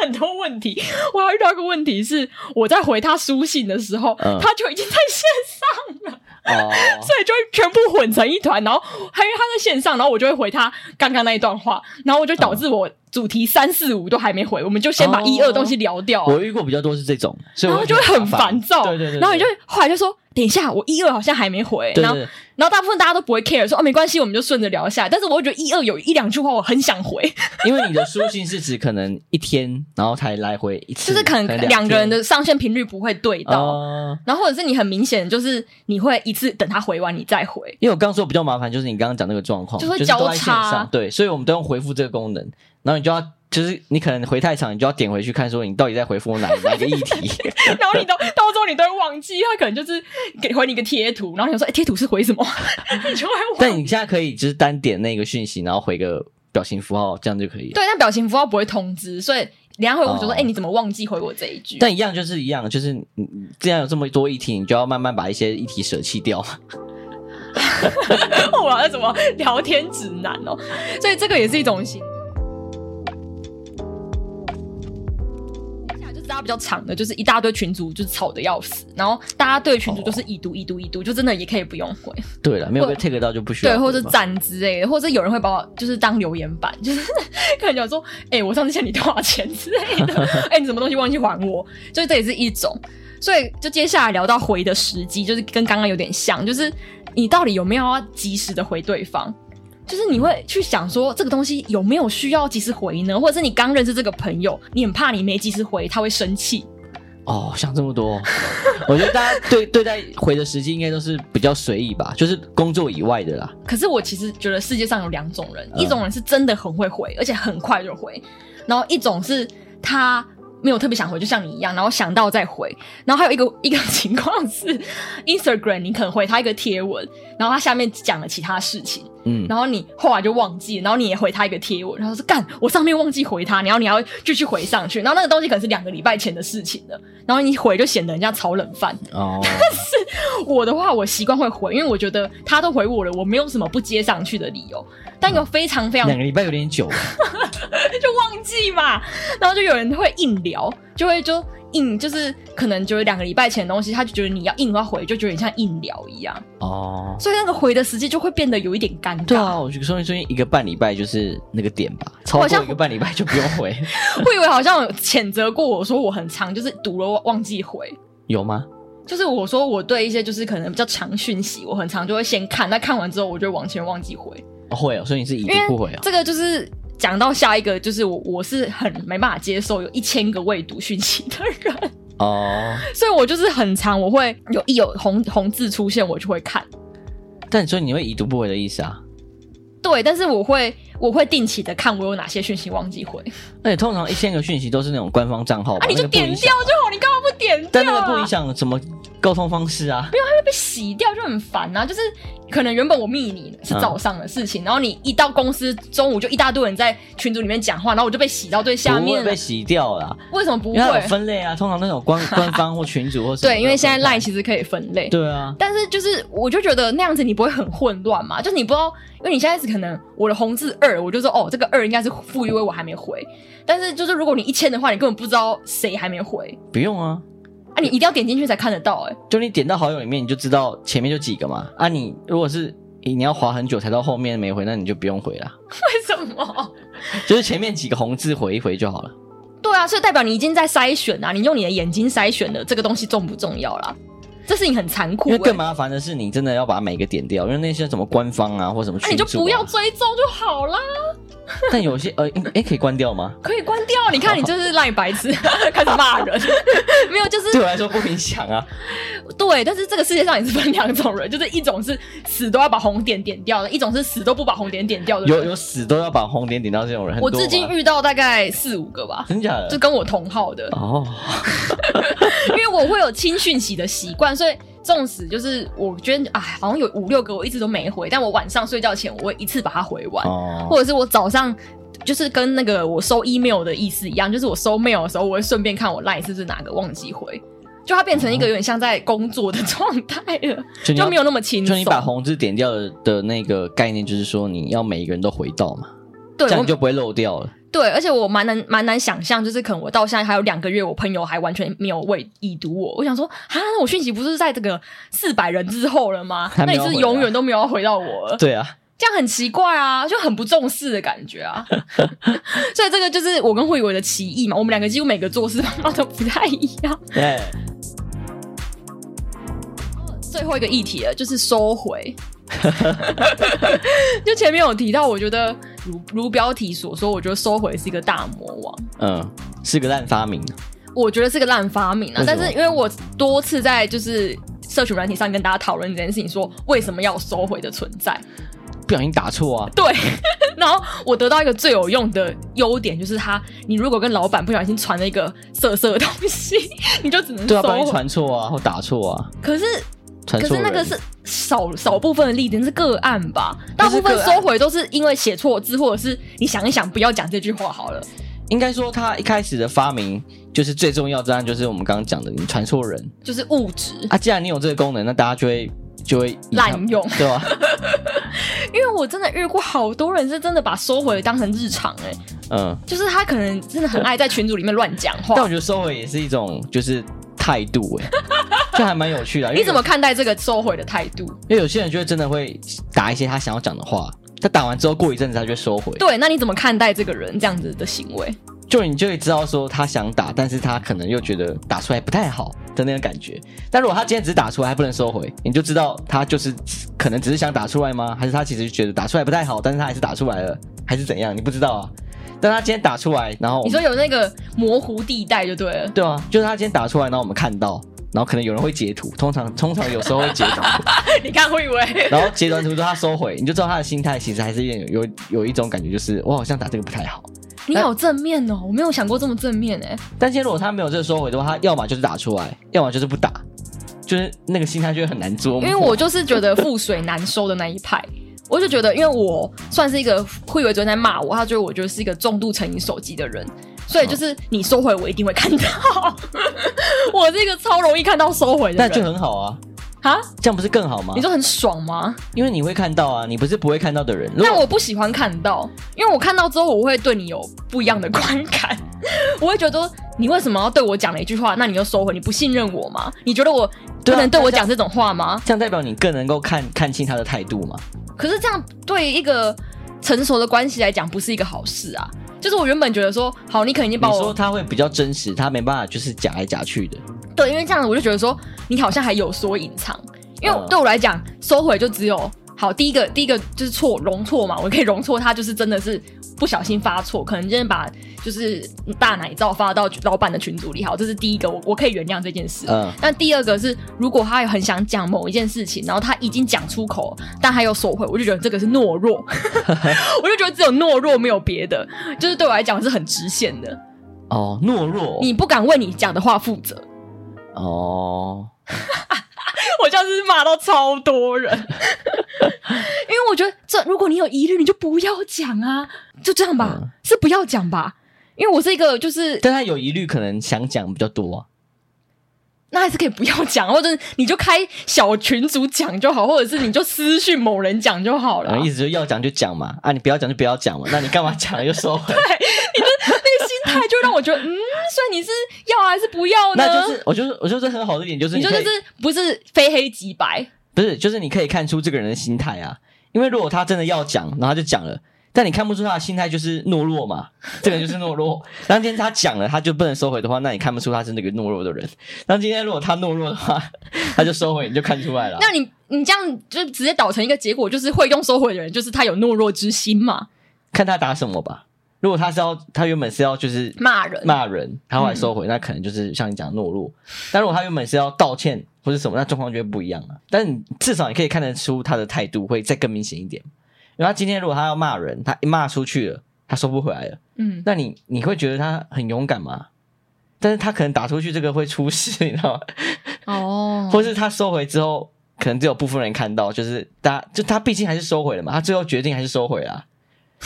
[SPEAKER 1] 很多问题，我还遇到一个问题是，我在回他书信的时候，
[SPEAKER 2] 嗯
[SPEAKER 1] 他就已经在线上了。
[SPEAKER 2] 哦，
[SPEAKER 1] 所以就会全部混成一团。然后还因为他在线上，然后我就会回他刚刚那一段话，然后我就导致我主题三四五都还没回，我们就先把
[SPEAKER 2] 哦
[SPEAKER 1] 一二东西聊掉，啊
[SPEAKER 2] 我遇过比较多是这种，所以
[SPEAKER 1] 然
[SPEAKER 2] 我
[SPEAKER 1] 后就会很烦躁。
[SPEAKER 2] 对对对，
[SPEAKER 1] 然后你就
[SPEAKER 2] 对
[SPEAKER 1] 会后来就说。等一下，我一二好像还没回，
[SPEAKER 2] 对
[SPEAKER 1] 然后
[SPEAKER 2] 对对
[SPEAKER 1] 然后大部分大家都不会 care，说哦没关系，我们就顺着聊一下。但是我会觉得一二有一两句话我很想回，
[SPEAKER 2] 因为你的书信是指可能一天，然后才来回一
[SPEAKER 1] <laughs>
[SPEAKER 2] 次，
[SPEAKER 1] 就是可能两个人的上线频率不会对
[SPEAKER 2] 哦。
[SPEAKER 1] 到，然后或者是你很明显就是你会一次等他回完你再回，
[SPEAKER 2] 因为我刚说比较麻烦，就是你刚刚讲那个状况，
[SPEAKER 1] 就会
[SPEAKER 2] 是都在
[SPEAKER 1] 交
[SPEAKER 2] 线
[SPEAKER 1] 叉
[SPEAKER 2] 上，对，所以我们都用回复这个功能，然后你就要，就是你可能回太长，你就要点回去看，说你到底在回复我哪哪个议
[SPEAKER 1] <laughs>
[SPEAKER 2] 题，
[SPEAKER 1] 然后你
[SPEAKER 2] <laughs>
[SPEAKER 1] 都到时候你都会忘记，他可能就是给回你一个贴图，然后你想说哎贴图是回什么， <laughs> 你就会
[SPEAKER 2] <laughs>
[SPEAKER 1] 忘。
[SPEAKER 2] 但你现在可以就是单点那个讯息，然后回个表情符号，这样就可以了。
[SPEAKER 1] 对，但表情符号不会通知，所以人家回我就说
[SPEAKER 2] 哦
[SPEAKER 1] 哎、你怎么忘记回我这一句？
[SPEAKER 2] 但一样就是一样，就是你你既然有这么多议题，你就要慢慢把一些议题舍弃掉。
[SPEAKER 1] 我玩什么聊天指南哦，所以这个也是一种型。接下来就大家比较长的，就是一大堆群主就是吵得要死，然后大家对群主就是已读已读已读，就真的也可以不用回，
[SPEAKER 2] 对了，没有被
[SPEAKER 1] 或
[SPEAKER 2] take 到就不需要
[SPEAKER 1] 对，
[SPEAKER 2] 回嘛。
[SPEAKER 1] 或者赞之类的，或者有人会把我就是当留言板，就是 <laughs> 可能讲说，哎、我上次欠你多少钱之类的，哎、你什么东西忘记还我，所以这也是一种。所以就接下来聊到回的时机，就是跟刚刚有点像，就是你到底有没有要及时的回对方。就是你会去想说这个东西有没有需要及时回呢？或者是你刚认识这个朋友，你很怕你没及时回他会生气，
[SPEAKER 2] 哦，想这么多， <laughs> 我觉得大家对对待回的时机应该都是比较随意吧，就是工作以外的啦。
[SPEAKER 1] 可是我其实觉得世界上有两种人，
[SPEAKER 2] 嗯
[SPEAKER 1] 一种人是真的很会回，而且很快就回，然后一种是他没有特别想回，就像你一样，然后想到再回。然后还有一个 <laughs> 一个情况是，Instagram 你可能回他一个贴文，然后他下面讲了其他事情，
[SPEAKER 2] 嗯，
[SPEAKER 1] 然后你后来就忘记，然后你也回他一个贴文，然后说干，我上面忘记回他，然后你要继续回上去，然后那个东西可能是两个礼拜前的事情了，然后你一回就显得人家炒冷饭。 <laughs>
[SPEAKER 2] 哦，
[SPEAKER 1] 我的话，我习惯会回，因为我觉得他都回我了，我没有什么不接上去的理由。但有非常非常
[SPEAKER 2] 两个礼拜有点久，
[SPEAKER 1] 就忘记嘛，然后就有人会硬聊，就会就硬就是可能就是两个礼拜前的东西，他就觉得你要硬要回，就觉得你像硬聊一样，
[SPEAKER 2] 哦，
[SPEAKER 1] 所以那个回的时机就会变得有一点尴尬。
[SPEAKER 2] 对啊，我就说最近一个半礼拜就是那个点吧，超
[SPEAKER 1] 好
[SPEAKER 2] 过
[SPEAKER 1] 像
[SPEAKER 2] 一个半礼拜就不用
[SPEAKER 1] <laughs>
[SPEAKER 2] 回，
[SPEAKER 1] 我以为好像有谴责过我说我很长，就是读了忘记回。
[SPEAKER 2] 有吗？
[SPEAKER 1] 就是我说我对一些就是可能比较长讯息，我很常就会先看，那看完之后我就完全忘记回。
[SPEAKER 2] 哦会哦，所以你是已读不回啊？
[SPEAKER 1] 这个就是讲到下一个，就是我我是很没办法接受有一千个未读讯息的
[SPEAKER 2] <laughs>
[SPEAKER 1] 人，
[SPEAKER 2] 哦，
[SPEAKER 1] 所以我就是很常我会有一有红红字出现，我就会看。
[SPEAKER 2] 但你说你会已读不回的意思啊？
[SPEAKER 1] 对，但是我会我会定期的看我有哪些讯息忘记回，
[SPEAKER 2] 而哎且通常一千个讯息都是那种官方账号
[SPEAKER 1] 啊，
[SPEAKER 2] 吧，
[SPEAKER 1] 你就
[SPEAKER 2] 哦那个不
[SPEAKER 1] 点
[SPEAKER 2] 影响
[SPEAKER 1] 掉，就好，你干嘛不点掉、啊？
[SPEAKER 2] 但那个不影响什么沟通方式啊？
[SPEAKER 1] 被洗掉就很烦啊！就是可能原本我密你是早上的事情，然后你一到公司中午就一大堆人在群组里面讲话，然后我就被洗到最下
[SPEAKER 2] 不会
[SPEAKER 1] 面了
[SPEAKER 2] 被。洗掉啦，
[SPEAKER 1] 为什么不
[SPEAKER 2] 因为它有
[SPEAKER 1] 会？
[SPEAKER 2] 分类啊。通常那种
[SPEAKER 1] <laughs>
[SPEAKER 2] 官官方或群主或什么
[SPEAKER 1] 对，因为现在
[SPEAKER 2] 都有分
[SPEAKER 1] 赖其实可以分类。
[SPEAKER 2] 对啊，
[SPEAKER 1] 但是就是，我就觉得那样子你不会很混乱嘛？就是你不知道，因为你现在是可能我的红字二，我就说哦，这个二应该是傅余威，我还没回。但是就是如果你一签的话，你根本不知道谁还没回
[SPEAKER 2] 不用啊，
[SPEAKER 1] 啊！你一定要点进去才看得到、欸，
[SPEAKER 2] 就你点到好友里面，你就知道前面就几个嘛。啊，你如果是你要滑很久才到后面没回，那你就不用回
[SPEAKER 1] <laughs>
[SPEAKER 2] 啦，
[SPEAKER 1] <laughs> 为什么？
[SPEAKER 2] 就是前面几个红字回一回就好了。
[SPEAKER 1] 对啊，所以代表你已经在筛选啊，你用你的眼睛筛选的这个东西重不重要啦？这事情很残酷、
[SPEAKER 2] 因
[SPEAKER 1] 欸，
[SPEAKER 2] 为更麻烦的是，你真的要把每个点掉，因为那些什么官方啊或什么
[SPEAKER 1] 那、
[SPEAKER 2] 群
[SPEAKER 1] 哎你
[SPEAKER 2] 主、
[SPEAKER 1] 就
[SPEAKER 2] 啊，
[SPEAKER 1] 不要。追踪就好啦，
[SPEAKER 2] 但有些呃，哎、可以关
[SPEAKER 1] <laughs>
[SPEAKER 2] 掉吗？
[SPEAKER 1] 可以关掉。你看，你就是赖白痴， <laughs> 开始骂人，没有，就是
[SPEAKER 2] 对我来说不影响啊。
[SPEAKER 1] 对，但是这个世界上也是分两种人，就是一种是死都要把红点点掉的，一种是死都不把红点点掉的人。
[SPEAKER 2] 有有死都要把红点点到这种人，很
[SPEAKER 1] 我
[SPEAKER 2] 多
[SPEAKER 1] 至今
[SPEAKER 2] 吧
[SPEAKER 1] 遇到大概四五个
[SPEAKER 2] <laughs>
[SPEAKER 1] 吧，
[SPEAKER 2] 真假
[SPEAKER 1] 就
[SPEAKER 2] 的
[SPEAKER 1] 跟我同号的，
[SPEAKER 2] 哦，
[SPEAKER 1] 因为我会有清讯息的习惯，所以纵使就是我觉得哎，好像有五六个我一直都没回，但我晚上睡觉前我会一次把它回完，
[SPEAKER 2] 哦
[SPEAKER 1] 或者是我早上。就是跟那个我收 email 的意思一样，就是我收 mail 的时候，我会顺便看我 line 是不是哪个忘记回，就它变成一个有点像在工作的状态了，
[SPEAKER 2] 就哦你要
[SPEAKER 1] 就没有那么轻
[SPEAKER 2] 就
[SPEAKER 1] 松。
[SPEAKER 2] 你把红字点掉的的那个概念，就是说你要每一个人都回到嘛，
[SPEAKER 1] 对
[SPEAKER 2] 这样
[SPEAKER 1] 我
[SPEAKER 2] 你就不会漏
[SPEAKER 1] <laughs>
[SPEAKER 2] 掉了。
[SPEAKER 1] 对，而且我蛮难蛮难想象，就是可能我到现在还有两个月，我朋友还完全没有未已读我。我想说，啊，那我讯息不是在这个四百人之后了吗？
[SPEAKER 2] 还
[SPEAKER 1] 那
[SPEAKER 2] 没
[SPEAKER 1] 你
[SPEAKER 2] 有
[SPEAKER 1] 是
[SPEAKER 2] 回
[SPEAKER 1] 永
[SPEAKER 2] 来
[SPEAKER 1] 远都没有要回到我了，
[SPEAKER 2] 对啊，
[SPEAKER 1] 这样很奇怪啊，就很不重视的感觉
[SPEAKER 2] <laughs>
[SPEAKER 1] 啊。所以这个就是我跟慧伟的歧义嘛，我们两个几乎每个做事方法都不太一样。
[SPEAKER 2] 哎，
[SPEAKER 1] 最后一个议题了，就是收回。
[SPEAKER 2] <laughs>
[SPEAKER 1] 就前面有提到，我觉得如如标题所说，我觉得收回是一个大魔王。
[SPEAKER 2] 嗯，是个烂发明。啊
[SPEAKER 1] 我觉得是个烂发明啊
[SPEAKER 2] 为。什
[SPEAKER 1] 但
[SPEAKER 2] 么
[SPEAKER 1] 是因为我多次在就是社群软体上跟大家讨论这件事情，说为什么要有收回的存在？
[SPEAKER 2] 不小心打错啊，
[SPEAKER 1] 对， <laughs> 然后我得到一个最有用的优点，就是他，你如果跟老板不小心传了一个色色的东西， <laughs> 你就只能
[SPEAKER 2] 对
[SPEAKER 1] 收
[SPEAKER 2] 啊，不小
[SPEAKER 1] 回。
[SPEAKER 2] 心传错啊，或打错啊，
[SPEAKER 1] 可是
[SPEAKER 2] 传
[SPEAKER 1] 可
[SPEAKER 2] 错
[SPEAKER 1] 是
[SPEAKER 2] 人
[SPEAKER 1] 那个是少少部分的例子，那是个案吧？大部分
[SPEAKER 2] 那是个案
[SPEAKER 1] 收回都是因为写错字，或者是你想一想，不要讲这句话好了。
[SPEAKER 2] 应该说他一开始的发明就是最重要，当然就是我们刚刚讲的，你传错人
[SPEAKER 1] 就是物质，
[SPEAKER 2] 啊。既然你有这个功能，那大家就会就会以它
[SPEAKER 1] 滥用
[SPEAKER 2] 对吧、
[SPEAKER 1] 因为我真的遇过好多人是真的把收回当成日常、欸， <laughs>
[SPEAKER 2] 嗯，
[SPEAKER 1] 就是他可能真的很爱在群组里面乱讲
[SPEAKER 2] 但
[SPEAKER 1] 话
[SPEAKER 2] 我。觉得收回也是一种就是态
[SPEAKER 1] <laughs>
[SPEAKER 2] 度、哎，这还蛮有趣的啊。因为
[SPEAKER 1] 你怎么看待这个收回的态度？
[SPEAKER 2] 因为有些人就会真的会打一些他想要讲的话，他打完之后过一阵子他就会收回，
[SPEAKER 1] 对，那你怎么看待这个人这样子的行为？
[SPEAKER 2] 就你就会知道说他想打，但是他可能又觉得打出来不太好的那种感觉。但如果他今天只是打出来，还不能收回，你就知道他就是可能只是想打出来吗？还是他其实觉得打出来不太好，但是他还是打出来了，还是怎样？你不知道啊。但他今天打出来，然后我
[SPEAKER 1] 你
[SPEAKER 2] 们
[SPEAKER 1] 说有那个模糊地带就对了。 <laughs>
[SPEAKER 2] 对啊，就是他今天打出来，然后我们看到，然后可能有人会截图，通常通常有时候会截
[SPEAKER 1] <laughs>
[SPEAKER 2] 图，
[SPEAKER 1] 你看，我以为
[SPEAKER 2] <laughs> 然后截完图之后他收回，你就知道他的心态其实还是有点有有一种感觉，就是我好像打这个不太好。
[SPEAKER 1] 你好正面哦，我没有想过这么正面哎、
[SPEAKER 2] 但现在如果他没有这个收回的话，他要么就是打出来，要么就是不打，就是那个心态就会很难捉 <laughs> 摸。
[SPEAKER 1] 因为我就是觉得覆水难收的那一派。我就觉得，因为我算是一个会以为昨天在骂我，他觉得我就是一个重度成瘾手机的人，所以就是你收回我一定会看到， <laughs> 我是一个超容易看到收回的
[SPEAKER 2] 那就
[SPEAKER 1] 人
[SPEAKER 2] 很好啊，
[SPEAKER 1] 啊。
[SPEAKER 2] 这样不是更好吗
[SPEAKER 1] 你？说很爽吗？
[SPEAKER 2] 因为你会看到啊，你不是不会看到的人。如
[SPEAKER 1] 但
[SPEAKER 2] 果
[SPEAKER 1] 我不喜欢看到，因为我看到之后，我会对你有不一样的观感。 <laughs> 我会觉得你为什么要对我讲了一句话？那你又收回？你不信任我吗？你觉得我不
[SPEAKER 2] 对啊
[SPEAKER 1] 能对我讲这种话吗？
[SPEAKER 2] 这样代表你更能够看看清他的态度嘛？
[SPEAKER 1] 可是这样对一个成熟的关系来讲，不是一个好事啊。就是我原本觉得说，好，你可能已经把
[SPEAKER 2] 你说
[SPEAKER 1] 我
[SPEAKER 2] 他会比较真实，他没办法就是假来假去的。
[SPEAKER 1] 对，因为这样子我就觉得说，你好像还有所隐藏。因为
[SPEAKER 2] 嗯
[SPEAKER 1] 对我来讲，收回就只有好，第一个第一个就是错容错嘛，我可以容错他，就是真的是不小心发错，可能今天把就是大奶照发到老板的群组里，好，这是第一个，我我可以原谅这件事。
[SPEAKER 2] 嗯，
[SPEAKER 1] 但第二个是，如果他有很想讲某一件事情，然后他已经讲出口，但他又收回，我就觉得这个是懦弱， <laughs> 我就觉得只有懦弱没有别的，就是对我来讲是很直线的，
[SPEAKER 2] 哦，懦弱，
[SPEAKER 1] 你不敢为你讲的话负责。
[SPEAKER 2] 哦，
[SPEAKER 1] 我像是骂到超多人， <laughs> 因为我觉得这，如果你有疑虑，你就不要讲啊，就这样吧，
[SPEAKER 2] 嗯
[SPEAKER 1] 是不要讲吧，因为我是一个就是
[SPEAKER 2] 但他有疑虑，可能想讲比较多、啊。
[SPEAKER 1] 那还是可以不要讲，或者你就开小群组讲就好，或者是你就私讯某人讲就好了啊、
[SPEAKER 2] 然后意思就是要讲就讲嘛，啊，你不要讲就不要讲嘛，那你干嘛讲了又收回？
[SPEAKER 1] 啊那个心态就让我觉得，嗯，所以你是要啊还是不要呢？
[SPEAKER 2] <laughs> 那就是，我就是，我就是很好的一点就是
[SPEAKER 1] 你就
[SPEAKER 2] 可以
[SPEAKER 1] 就是不是非黑即白，
[SPEAKER 2] 不是，就是你可以看出这个人的心态啊。因为如果他真的要讲，然后他就讲了，但你看不出他的心态就是懦弱嘛，这个人就是懦弱。当今天他讲了，他就不能收回的话，那你看不出他是那个懦弱的人。当今天如果他懦弱的话，他就收回，你就看出来了啊。
[SPEAKER 1] 那你你这样就直接导成一个结果，就是会用收回的人，就是他有懦弱之心嘛，
[SPEAKER 2] 看他打什么吧。如果他是要，他原本是要就是
[SPEAKER 1] 骂人。
[SPEAKER 2] 骂人，他后来收回，那可能就是像你讲的懦弱。但如果他原本是要道歉或是什么，那状况就会不一样了。但你至少你可以看得出他的态度会再更明显一点。因为他今天如果他要骂人，他一骂出去了，他收不回来了，
[SPEAKER 1] 嗯，
[SPEAKER 2] 那你你会觉得他很勇敢吗？但是他可能打出去这个会出事，你知道吗？
[SPEAKER 1] 哦
[SPEAKER 2] 或是他收回之后，可能只有部分人看到，就是大就他毕竟还是收回了嘛，他最后决定还是收回啦。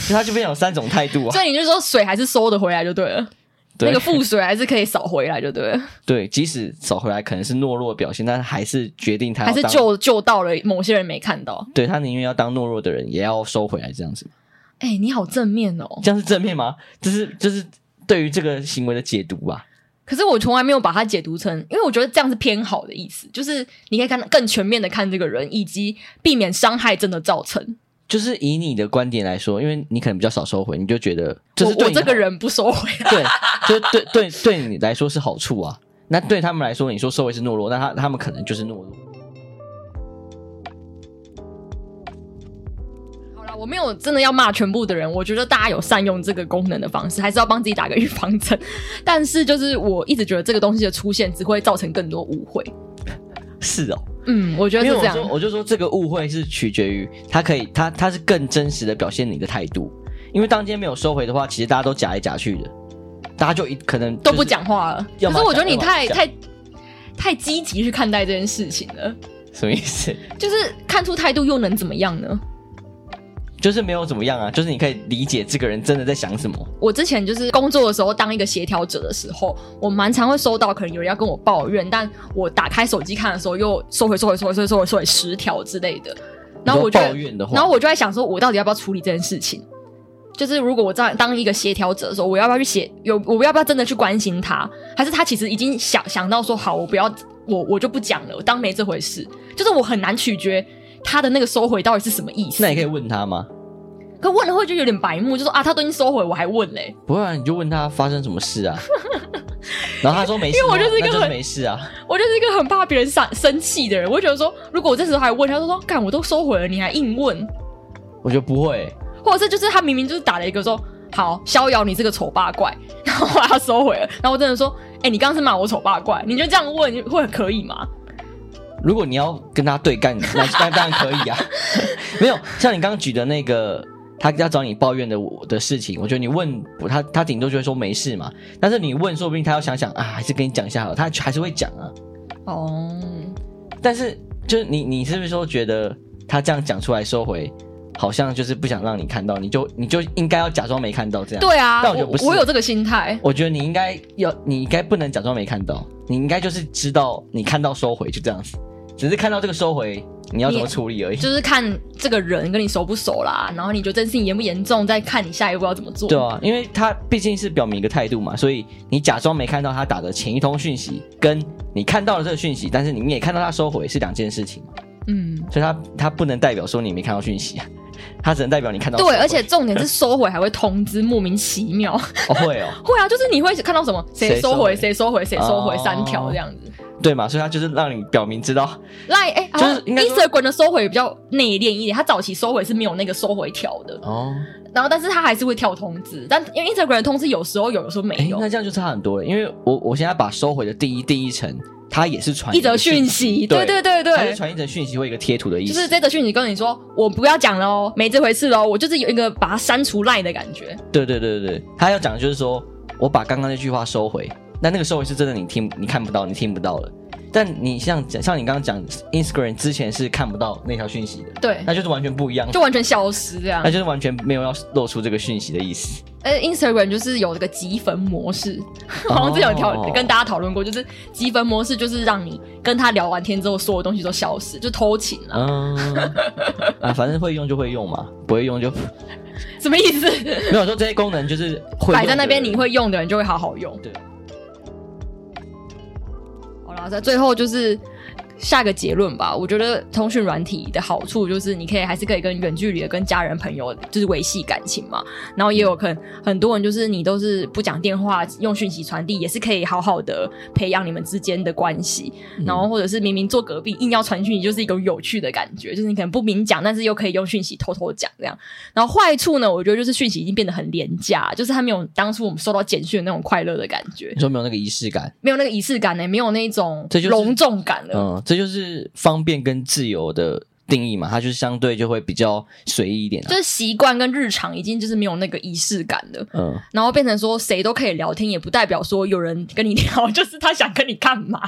[SPEAKER 2] 就他这边有三种态度啊，
[SPEAKER 1] 所以你就说水还是收得回来就对了，
[SPEAKER 2] 对
[SPEAKER 1] 那个腹水还是可以扫回来就对了，
[SPEAKER 2] 对，即使走回来可能是懦弱的表现，但是还是决定他要
[SPEAKER 1] 还是
[SPEAKER 2] 当
[SPEAKER 1] 救救到了某些人没看到。
[SPEAKER 2] 对他宁愿要当懦弱的人，也要收回来这样子，
[SPEAKER 1] 哎、你好正面哦，
[SPEAKER 2] 这样是正面吗？这是这是对于这个行为的解读吧？
[SPEAKER 1] 可是我从来没有把它解读成，因为我觉得这样是偏好的意思，就是你可以看更全面的看这个人，以及避免伤害真的造成。
[SPEAKER 2] 就是以你的观点来说，因为你可能比较少收回，你就觉得这是
[SPEAKER 1] 我
[SPEAKER 2] 对
[SPEAKER 1] 我
[SPEAKER 2] 你
[SPEAKER 1] 这个
[SPEAKER 2] 好
[SPEAKER 1] 人不收回，
[SPEAKER 2] <laughs> 对，就是对对对你来说是好处啊。那对他们来说，你说收回是懦弱，那他他们可能就是懦弱。
[SPEAKER 1] 我没有真的要骂全部的人，我觉得大家有善用这个功能的方式，还是要帮自己打个预防针。 <laughs> 但是就是我一直觉得这个东西的出现只会造成更多误会。
[SPEAKER 2] 是哦，
[SPEAKER 1] 嗯，我觉得
[SPEAKER 2] 因为
[SPEAKER 1] 是
[SPEAKER 2] 我
[SPEAKER 1] 这样
[SPEAKER 2] 说，。我就说这个误会是取决于他可以，他他是更真实的表现你的态度，因为当今天没有收回的话，其实大家都夹来夹去的，大家就一可能、
[SPEAKER 1] 都不，讲话了。
[SPEAKER 2] 要
[SPEAKER 1] 可
[SPEAKER 2] 么
[SPEAKER 1] 是我觉得你
[SPEAKER 2] 讲
[SPEAKER 1] 太
[SPEAKER 2] 要么不
[SPEAKER 1] 太太积极去看待这件事情了，
[SPEAKER 2] 什么意思？
[SPEAKER 1] 就是看出态度又能怎么样呢？
[SPEAKER 2] 就是没有怎么样啊，就是你可以理解这个人真的在想什么。
[SPEAKER 1] 我之前就是工作的时候，当一个协调者的时候，我蛮常会收到可能有人要跟我抱怨，但我打开手机看的时候，又收回、收回、收回、收回、收回、收回十条之类的。然后我
[SPEAKER 2] 你
[SPEAKER 1] 就
[SPEAKER 2] 说抱怨的话，
[SPEAKER 1] 然后我就在想说，我到底要不要处理这件事情？就是如果我当当一个协调者的时候，我要不要去协有我要不要真的去关心他？还是他其实已经想想到说，好，我不要我我就不讲了，我当没这回事。就是我很难取决他的那个收回到底是什么意思。
[SPEAKER 2] 那你可以问他吗？
[SPEAKER 1] 可问了会就有点白目，就说啊，他都已经收回，我还问嘞、
[SPEAKER 2] 不会啊，你就问他发生什
[SPEAKER 1] <laughs>
[SPEAKER 2] 么事啊。然后他说没事，哦
[SPEAKER 1] 因为我就是一个
[SPEAKER 2] 那
[SPEAKER 1] 很
[SPEAKER 2] 没事啊。
[SPEAKER 1] 我就是一个很怕别人生生气的人。我会觉得说，如果我这时候还问，他就说干，我都收回了，你还硬问，
[SPEAKER 2] 我觉得不会、
[SPEAKER 1] 或者是就是他明明就是打了一个说好逍遥你这个丑八怪，然后把他收回了，然后我真的说，哎、你刚刚是骂我丑八怪，你就这样问会可以吗？
[SPEAKER 2] 如果你要跟他对干，那 <laughs> 那当然可以啊。没有，像你刚刚举的那个，他要找你抱怨的我的事情，我觉得你问他，他顶多就会说没事嘛。但是你问，说不定他要想想啊，还是跟你讲一下好了，他还是会讲啊。
[SPEAKER 1] 哦，
[SPEAKER 2] 但是就是你，你是不是说觉得他这样讲出来收回，好像就是不想让你看到，你就你就应该要假装没看到这样？，
[SPEAKER 1] 对啊，
[SPEAKER 2] 但我觉得不是
[SPEAKER 1] 我有这个心态，
[SPEAKER 2] 我觉得你应该要，你应该不能假装没看到，你应该就是知道你看到收回就这样子，只是看到这个收回，你要怎么
[SPEAKER 1] 你
[SPEAKER 2] 处理而已。
[SPEAKER 1] 就是看这个人跟你熟不熟啦，然后你觉得这件事情严不严重，再看你下一步要怎么做。
[SPEAKER 2] 对啊，因为他毕竟是表明一个态度嘛，所以你假装没看到他打的前一通讯息，跟你看到了这个讯息，但是你也看到他收回是两件事情嘛，
[SPEAKER 1] 嗯，
[SPEAKER 2] 所以他他不能代表说你没看到讯息啊，他只能代表你看到收回。
[SPEAKER 1] 对，而且重点是收回还会通知，莫名其妙。
[SPEAKER 2] 哦会哦，
[SPEAKER 1] 会啊，就是你会看到什么谁
[SPEAKER 2] 谁
[SPEAKER 1] 收
[SPEAKER 2] 收
[SPEAKER 1] 回
[SPEAKER 2] 回
[SPEAKER 1] 谁收回谁收回
[SPEAKER 2] 哦
[SPEAKER 1] 三条这样子。
[SPEAKER 2] 对嘛，所以他就是让你表明知道，
[SPEAKER 1] 赖哎，
[SPEAKER 2] 就是
[SPEAKER 1] 好像
[SPEAKER 2] 应该说
[SPEAKER 1] Instagram 的收回比较内敛一点，它早期收回是没有那个收回条的，
[SPEAKER 2] 哦，
[SPEAKER 1] 然后但是它还是会跳通知，但因为 Instagram 的通知有时候有，有时候没
[SPEAKER 2] 哎，
[SPEAKER 1] 有
[SPEAKER 2] 那。这样就差很多了，因为我我现在把收回的第一第一层，它也是传
[SPEAKER 1] 一则讯息，对对对
[SPEAKER 2] 它
[SPEAKER 1] 对
[SPEAKER 2] 是，传一则讯息或一个贴图的意
[SPEAKER 1] 就
[SPEAKER 2] 思，
[SPEAKER 1] 是这则讯息跟你说，我不要讲了哦，没这回事哦，我就是有一个把它删除赖的感觉。
[SPEAKER 2] 对对对对，对他要讲的就是说，我把刚刚那句话收回，那那个收回是真的，你听你看不到，你听不到了。但你像像你刚刚讲，Instagram 之前是看不到那条讯息的，
[SPEAKER 1] 对，
[SPEAKER 2] 那就是完全不一样，
[SPEAKER 1] 就啊完全消失这样
[SPEAKER 2] 那。就是完全没有要露出这个讯息的意思。
[SPEAKER 1] 而且 Instagram 就是有这个积分模式， <laughs> 好像之前有讨
[SPEAKER 2] 哦
[SPEAKER 1] 跟大家讨论过，就是积分模式就是让你跟他聊完天之后，所有东西都消失，就偷情啊，
[SPEAKER 2] 嗯， <laughs> 啊，反正会用就会用嘛，不会用就没
[SPEAKER 1] 什么意思？
[SPEAKER 2] 有说这些功能就是会
[SPEAKER 1] 摆
[SPEAKER 2] 用
[SPEAKER 1] 在那
[SPEAKER 2] 的
[SPEAKER 1] 边，你会用的人就会好好用。
[SPEAKER 2] 对。
[SPEAKER 1] 好了，在最后就是下个结论吧。我觉得通讯软体的好处就是，你可以还是可以跟远距离的跟家人朋友就是维系感情嘛。然后也有可能很多人就是你都是不讲电话，用讯息传递，也是可以好好的培养你们之间的关系。
[SPEAKER 2] 嗯
[SPEAKER 1] 然后或者是明明坐隔壁，硬要传讯息，就是一种有趣的感觉，就是你可能不明讲，但是又可以用讯息偷偷讲这样。然后坏处呢，我觉得就是讯息已经变得很廉价，就是它没有当初我们收到简讯的那种快乐的感觉
[SPEAKER 2] 你，说没有那个仪式感，
[SPEAKER 1] 没有那个仪式感呢、没有那种
[SPEAKER 2] 这就是
[SPEAKER 1] 隆重感了。
[SPEAKER 2] 嗯，这就是方便跟自由的定义嘛，它就是相对就会比较随意一点、啊
[SPEAKER 1] 就，是习惯跟日常已经就是没有那个仪式感了，
[SPEAKER 2] 嗯。
[SPEAKER 1] 然后变成说谁都可以聊天，也不代表说有人跟你聊， <laughs> 就是他想跟你干嘛。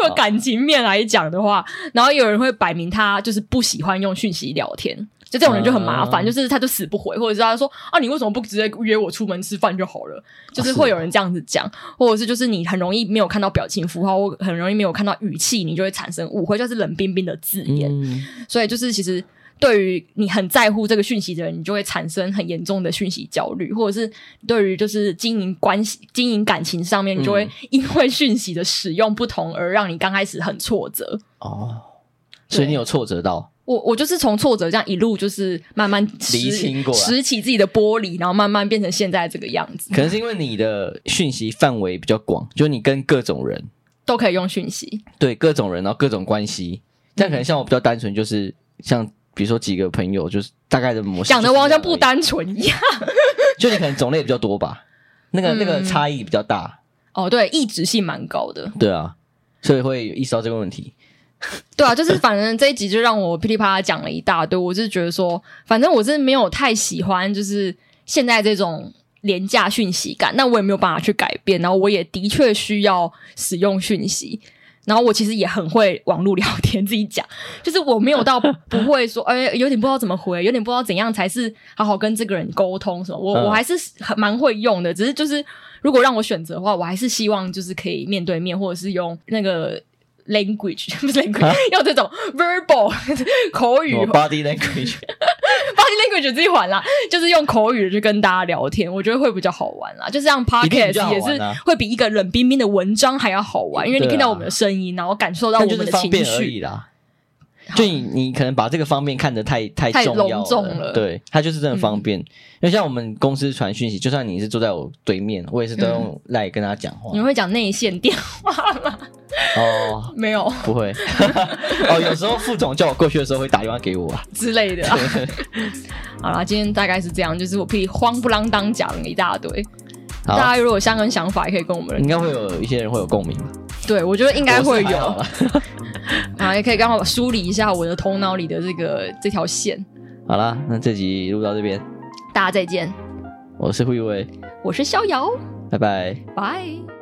[SPEAKER 1] 如果感情面来讲的话，然后有人会摆明他就是不喜欢用讯息聊天，就这种人就很麻烦，
[SPEAKER 2] 嗯
[SPEAKER 1] 就是他就死不回，或者是他说啊，你为什么不直接约我出门吃饭就好了？就是
[SPEAKER 2] 啊是
[SPEAKER 1] 会有人这样子讲，或者是就是你很容易没有看到表情符号，或很容易没有看到语气，你就会产生误会，就是冷冰冰的字眼。
[SPEAKER 2] 嗯
[SPEAKER 1] 所以就是其实对于你很在乎这个讯息的人，你就会产生很严重的讯息焦虑，或者是对于就是经营关系、经营感情上面，你就会
[SPEAKER 2] 嗯
[SPEAKER 1] 因为讯息的使用不同而让你刚开始很挫折。
[SPEAKER 2] 哦，所以你有挫折到，
[SPEAKER 1] 我我就是从挫折这样一路就是慢慢
[SPEAKER 2] 厘
[SPEAKER 1] 拾
[SPEAKER 2] 清过来
[SPEAKER 1] 拾起自己的玻璃，然后慢慢变成现在这个样子，
[SPEAKER 2] 可能是因为你的讯息范围比较广，就是你跟各种人，
[SPEAKER 1] 都可以用讯息。
[SPEAKER 2] 对各种人，然后各种关系。但可能像我比较单纯，就是像比如说几个朋友，就是大概的模式。
[SPEAKER 1] 讲的我好像不
[SPEAKER 2] 搭，
[SPEAKER 1] 单纯一样。
[SPEAKER 2] 就你可能种类比较多吧，那个、那个
[SPEAKER 1] 嗯
[SPEAKER 2] 差异比较大，
[SPEAKER 1] 哦，对，抑制性蛮高的。
[SPEAKER 2] 对啊，所以会意识到这个问
[SPEAKER 1] <laughs>
[SPEAKER 2] 题。
[SPEAKER 1] 对啊，就是反正这一集就让我噼里啪啦讲了一大堆，我就是觉得说，反正我真的没有太喜欢，就是现在这种廉价讯息感，那我也没有办法去改变，然后我也的确需要使用讯息。然后我其实也很会网络聊天，自己讲，就是我没有到不会说，哎、有点不知道怎么回，有点不知道怎样才是好好跟这个人沟通什么。我、
[SPEAKER 2] 嗯
[SPEAKER 1] 我还是很蛮会用的，只是就是如果让我选择的话，我还是希望就是可以面对面，或者是用那个 language <laughs> 不是 language，用这种 verbal <laughs> 口语
[SPEAKER 2] 啊什么 body language，
[SPEAKER 1] body language 自己玩啦，就是用口语去跟大家聊天，我觉得会比较好玩啦。就像
[SPEAKER 2] 一定比较
[SPEAKER 1] podcast
[SPEAKER 2] 好
[SPEAKER 1] 也
[SPEAKER 2] 玩
[SPEAKER 1] 是
[SPEAKER 2] 啊
[SPEAKER 1] 会比一个冷冰冰的文章还要好玩，因为你
[SPEAKER 2] 对啊
[SPEAKER 1] 听到我们的声音，然后感受到我
[SPEAKER 2] 但就
[SPEAKER 1] 们
[SPEAKER 2] 是
[SPEAKER 1] 的
[SPEAKER 2] 方
[SPEAKER 1] 情
[SPEAKER 2] 便而
[SPEAKER 1] 绪。啊
[SPEAKER 2] 已啦。就你你可能把这个方便看得太太
[SPEAKER 1] 太
[SPEAKER 2] 重要
[SPEAKER 1] 隆重了嗯
[SPEAKER 2] 对，它就是真的方便。因为像我们公司传讯息，就算你是坐在我对面，我也
[SPEAKER 1] 嗯
[SPEAKER 2] 是都用赖跟他讲话。
[SPEAKER 1] 你们会讲内线电话吗？
[SPEAKER 2] 哦，
[SPEAKER 1] 没有
[SPEAKER 2] 不会。 <laughs> 哦，有时候副总叫我过去的时候会打电话给我啊。
[SPEAKER 1] 之类
[SPEAKER 2] <laughs>
[SPEAKER 1] 的、啊。好啦，今天大概是这样，就是我可以慌不啷当讲了一大堆。
[SPEAKER 2] 好，嗯
[SPEAKER 1] 大家如果有相关想法，也可以跟我们
[SPEAKER 2] 应。该会有一些人会有共鸣，
[SPEAKER 1] 对，我觉得应
[SPEAKER 2] 应
[SPEAKER 1] 该会有啊，也可以刚好梳理一下我的头脑里的这个这条线。
[SPEAKER 2] 好啦，那这集录到这边，
[SPEAKER 1] 大家再见，
[SPEAKER 2] 我是慧慧，
[SPEAKER 1] 我是逍遥，
[SPEAKER 2] 拜拜。
[SPEAKER 1] 拜。